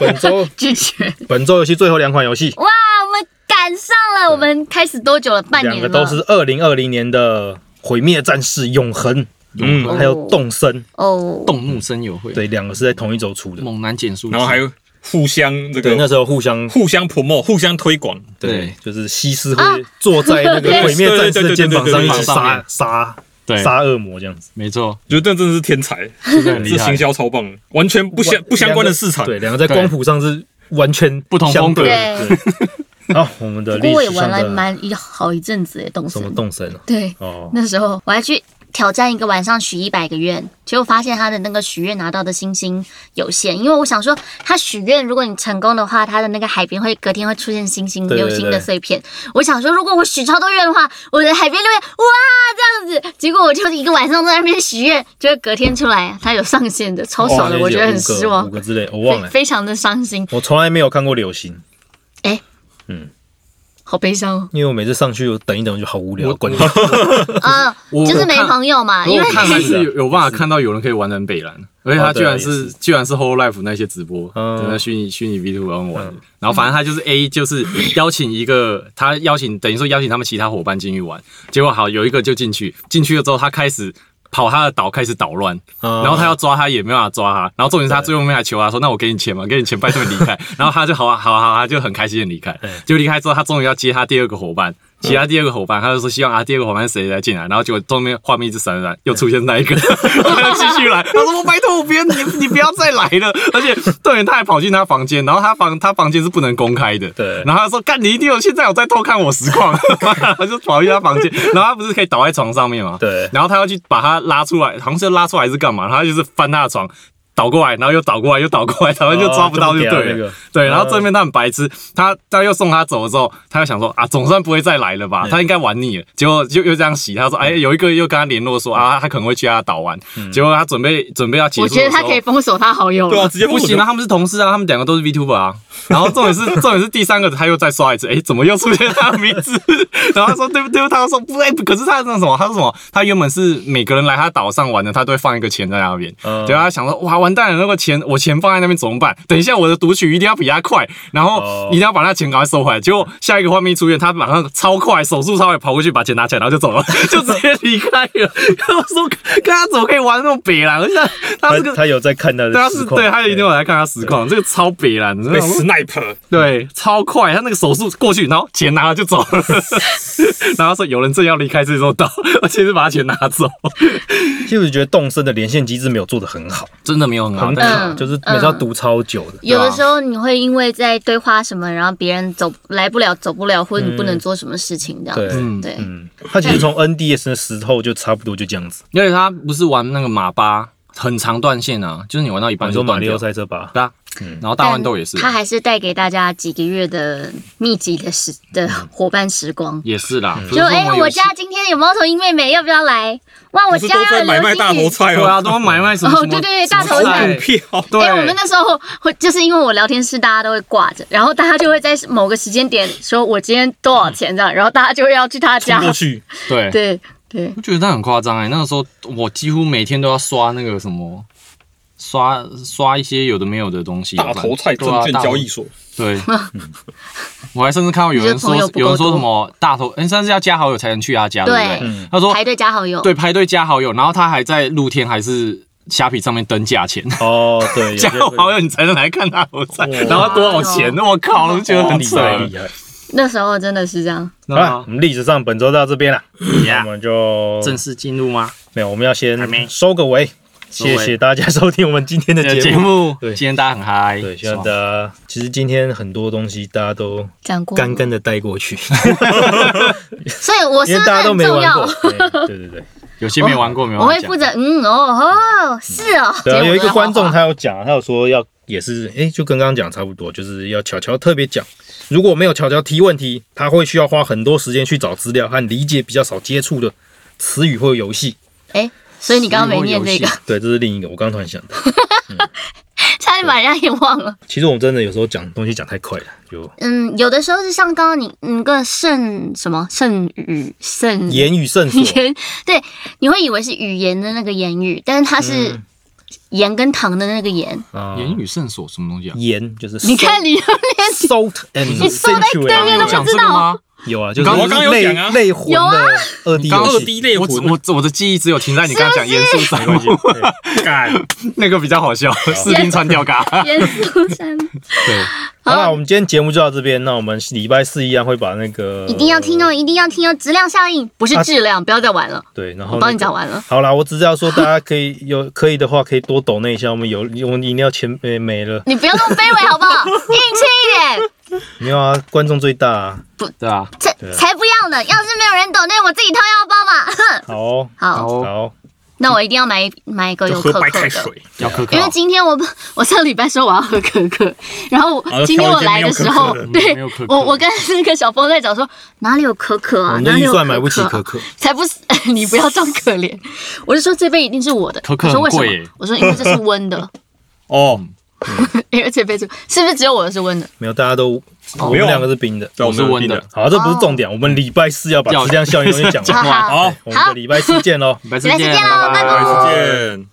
A: 本周
C: 拒绝。
A: 本周游戏最后两款游戏，
C: 哇，我们赶上了，我们开始多久了？半年
A: 两
C: 了。
A: 个都是二零二零年的《毁灭战士：永恒》，嗯，还有《动森》，
C: 哦，
B: 动怒声友会，
A: 对，两个是在同一周出的，
B: 猛男减速器，
D: 然后还有互相这
A: 对，那
D: 个
A: 时候互相
D: 互相 promo，互相推广，
A: 对
B: 对，
A: 就是西斯会
C: 啊
A: 坐在那个《毁灭战士》的肩膀上一起杀
B: 对
A: 杀
B: 对，
A: 杀恶魔这样子，
B: 没错，
D: 我觉得这真的是天才，
B: 真的很
D: 这
B: 厉害
D: 行。销超棒，完全不相不相关的市场，
A: 对，两个在光谱上是完全
B: 不同风格
A: 相对的。对好，我们的
C: 不过
A: 历
C: 我也
A: 史
C: 玩
A: 上
C: 了
A: 的
C: 蛮一好一阵子诶，动
A: 什么
C: 森。
A: 动森啊？
C: 对，
A: 哦，
C: 那时候我还去挑战一个晚上许一百个愿，结果发现他的那个许愿拿到的星星有限，因为我想说他许愿，如果你成功的话，他的那个海边会隔天会出现星星
A: 对对
C: 流
A: 对
C: 星的碎片。我想说，如果我许超多愿的话，我的海边就会哇这样子。结果我就一个晚上在那边许愿，结果隔天出来，它有上限的，超少的，
A: 哇
C: 我觉得很
A: 有五个
C: 失望
A: 五，个之类，我忘
C: 非
A: 了，
C: 非常的伤心，
A: 我从来没有看过流星。
C: 好悲伤哦。
A: 因为我每次上去，我等一等就好无聊，
B: 我
A: 管你。
C: 啊，
B: 我
C: 就是没
B: 我看
C: 朋友嘛，
B: 可
C: 啊因
B: 我
C: 为
B: 看还是有有办法看到有人可以玩成北兰，而且他居然
A: 哦对啊
B: 是
A: 也
B: 居然是 Whole Life 那些直播，
A: 嗯
B: 那虚拟虚拟 V 2玩玩的。然后反正他就是 A 就是邀请一个他邀请等于说邀请他们其他伙伴进去玩，结果好有一个就进去，进去了之后他开始。跑他的岛开始捣乱，
A: 啊
B: 然后他要抓他也没办法抓他，然后重点是他最后面还求他说：“那我给你钱嘛，给你钱拜托你离开。”然后他就好啊好啊好啊，他就很开心的离开。就离开之后，他终于要接他第二个伙伴，其他第二个伙伴，他就说希望啊第二个伙伴谁来进来，然后结果后面画面一直闪闪，又出现那一个， 他就继续来，他说我拜托我不要你你不要再来了， 而且重点他还跑进他房间，然后他房他房间是不能公开的，
A: 对
B: 然后他说干你一定有现在有在偷看我实况， 他就跑进他房间，然后他不是可以倒在床上面吗？
A: 对
B: 然后他要去把他拉出来，好像是拉出来还是干嘛，然后他就是翻他的床。倒过来，然后又倒过来，又倒过来，台湾就抓不到就
A: 哦这么
B: 对
A: 屌那
B: 了。
A: 个
B: 对，然后正面他很白痴，他他又送他走了之后，他又想说啊，总算不会再来了吧，他应该玩腻了。结果就又这样洗，他说哎，有一个又跟他联络说啊，他可能会去他的岛玩。
A: 嗯
B: 结果他准备准备要结束
C: 我
B: 的时候，
C: 觉得他可以封锁他好友
D: 对啊，
C: 了。
D: 直接
B: 不行啊，他们是同事啊，他们两个都是 VTuber 啊。然后重 点是重点是第三个他又再刷一次，哎、怎么又出现他的名字？ 然后他说对不对？他说不，哎、可是他那什么，他说什么？他原本是每个人来他岛上玩的，他都会放一个钱在那边。
A: 嗯
B: 对啊，他想说哇，完蛋了，那个钱我钱放在那边怎么办？等一下我的读取一定要比他快，然
A: 哦
B: 后一定要把那钱赶快收回来。结果下一个画面一出现，他马上超快，手速超快跑过去把钱拿起来，然后就走了，就直接离开了。 然后说，看他怎么可以玩那么北啦？而且他他
A: 他
B: 是个
A: 他有在看他的
B: 对，他
A: 实
B: 是
A: 况
B: 对，他一定有来看他实况，这个超北蓝的，
D: 被
B: 那种
D: sniper，
B: 对，超快，他那个手速过去，然后钱拿了就走了，然后说有人正要离开这座岛， 而且是把他钱拿走，
A: 其实我觉得动森的连线机制没有做的很好，
B: 真的没有很好
A: 很，
B: 但是
A: 卡，就是每次要读超久的。
C: 有的时候你会因为在对话什么，然后别人走来不了、走不了，或者你不能做什么事情这样
A: 对
C: 子。，
B: 嗯
C: 对，
A: 嗯，他其实从 NDS 的时候就差不多就这样子。
B: 因为他不是玩那个马八，很长断线啊，就是你玩到一半
A: 你
B: 就
A: 说马
B: 断
A: 里
B: 掉
A: 奥，赛车吧，
B: 对啊，然后大豌豆也是
C: 但，他还是带给大家几个月的密集的时的伙伴时光。
B: 也是啦，
C: 就哎、我家今天有猫头鹰妹妹，要不要来？哇，我
D: 不是
C: 家
D: 都
C: 有
D: 在买卖大头
C: 流星雨。
D: 菜
B: 对
D: 吗？
B: 啊，都买卖什么
C: 哦
B: 什么
C: 对对对
B: 什么
C: 大头
B: 菜
C: 菜
D: 票，
B: 对，
C: 哎、我们那时候会就是因为我聊天室大家都会挂着，然后大家就会在某个时间点说我今天多少钱这样，然后大家就会要去他
D: 冲
C: 家。
D: 过去，
B: 对
C: 对对，
B: 我觉得那很夸张哎，那个时候我几乎每天都要刷那个什么，刷刷一些有的没有的东西。
D: 大头菜
B: 对
D: 证
B: 啊
D: 券交易。所，
B: 对啊，大头
A: 嗯
B: 对 我还甚至看到有人说
C: 你的朋友不够
B: 有人说什么大头，哎，但是要加好友才能去他家，对不
C: 对
A: 嗯
B: 对？他说
C: 排队加好友。
B: 对，排队加好友，然后他还在露天还是虾皮上面登价钱，
A: 哦， 对，哦
B: 加
A: 有些
B: 好友你才能来看大头菜，
A: 哇
B: 然后多少钱？我靠，我觉得很
A: 厉
B: 扯。
A: 害厉害。
C: 那时候真的是这样。
A: 好
B: 那
A: 了，我们历史上本周到这边了，那我们就
B: 嗯正式进入吗？
A: 没有，我们要先
B: 还没
A: 收个尾。
B: 尾
A: 谢谢大家收听我们今天的节
B: 呃节
A: 目。
B: 目
A: 对
B: 今天大家很嗨，哦
A: 对，希望
B: 爽
A: 大家其实今天很多东西大家都
C: 讲过，
A: 干干的带过 去，
C: 所以我
A: 因为
C: 是不是
A: 大家都
C: 很
A: 没
C: 重
A: 玩
C: 要
A: 过？。对对对 对，
B: 有些没玩过没啊有
C: 我
B: 办法
C: 会
B: 讲
C: 负责，嗯，哦哦，是哦。
A: 对啊，
C: 结果
A: 有一个
C: 我在画画
A: 观众他有讲，他有说要也是，诶，就跟刚刚讲差不多，就是要巧巧特别讲，如果没有巧巧提问题，他会需要花很多时间去找资料和理解比较少接触的词语或游戏。
C: 哎，所以你刚刚没念这个，
A: 对，这是另一个，我刚刚突然想到，
C: 差点把人家也忘了。
A: 其实我们真的有时候讲东西讲太快了，有
C: 嗯，有的时候是像刚刚你嗯那个圣什么圣语圣
A: 言语圣所。
C: 言， 对，你会以为是语言的那个言语，但是它
A: 嗯
C: 是盐跟糖的那个盐。
A: 啊
B: 言语圣所什么东西啊？
A: 盐就是
C: 你看你
A: salt and
C: 你说在对
A: sensual
C: 面都
B: 有
C: 不
B: 讲
C: 知
B: 这个
C: 道，
B: 吗？
A: 有啊，就是
D: 刚刚有
A: 类
D: 讲啊
A: 类魂
C: 有啊
A: 的二 D
B: 刚
A: 游
D: 二
A: 戏。
D: D 类
B: 我
D: 魂
B: 只，我我的记忆只有停在你刚刚讲严肃三
D: 我
B: 国，
D: 干，
B: 那个比较好笑，士兵穿吊嘎。
C: 盐酥 山
B: 对，
A: 好了，我们今天节目就到这边。那我们礼拜四一样会把那个
C: 一定要听
A: 呃
C: 哦，一定要听哦，质量效应不是质量，不要再玩了，
A: 对，然后、
C: 我帮你讲。完了。
A: 啊好啦，我只是要说，大家可以有可以的话，可以多抖那一下。我们有我们饮料钱没没呃了，
C: 你不要那么卑微好不好？硬气一点。
A: 没有啊？观众最大、啊。
B: 对啊，
C: 这
A: 对啊
C: 才不要呢！要是没有人懂，那我自己掏腰包嘛。哼
A: 好、哦，
C: 好，
B: 好，
A: 好，
C: 那我一定要买买一
B: 啊
C: 个
D: 就
C: 有
D: 喝
C: 可
D: 白
C: 可
D: 开
C: 的。
D: 水，
B: 要苛刻
C: 因为
B: 哦。
C: 今天我 我上礼拜说我要喝可可，然后
D: 啊
C: 今天我来的时候
D: 挑一
B: 没有可可的
C: 对
D: 间，
B: 没有可可
C: 我我跟那个小峰在讲说哪里有可可
A: 我
C: 啊，
A: 们
C: 哪
A: 的哦
C: 里
A: 预
C: 有
A: 算买不起
C: 可
A: 可可。
C: 啊，才不是！ 你不要装可怜，我就说这杯一定是我的。
B: 可可
C: 我说为什
B: 很贵
C: 么
B: 耶？
C: 我说因为这是温的，
D: 哦，
B: 嗯
C: 因为这杯是是不是只有我的是温的？
A: 没有，大家都、我们两个是冰的。
D: 对，
B: 我是
D: 们
B: 温
D: 定
B: 的
D: 了，
A: 好，这不是重点，我们礼拜四要把质量效应东西讲
C: 哦好
A: 完。
C: 好
D: 好，
A: 我们就礼拜四见喽。
B: 礼拜
C: 礼拜四见喽拜拜
D: 下次见。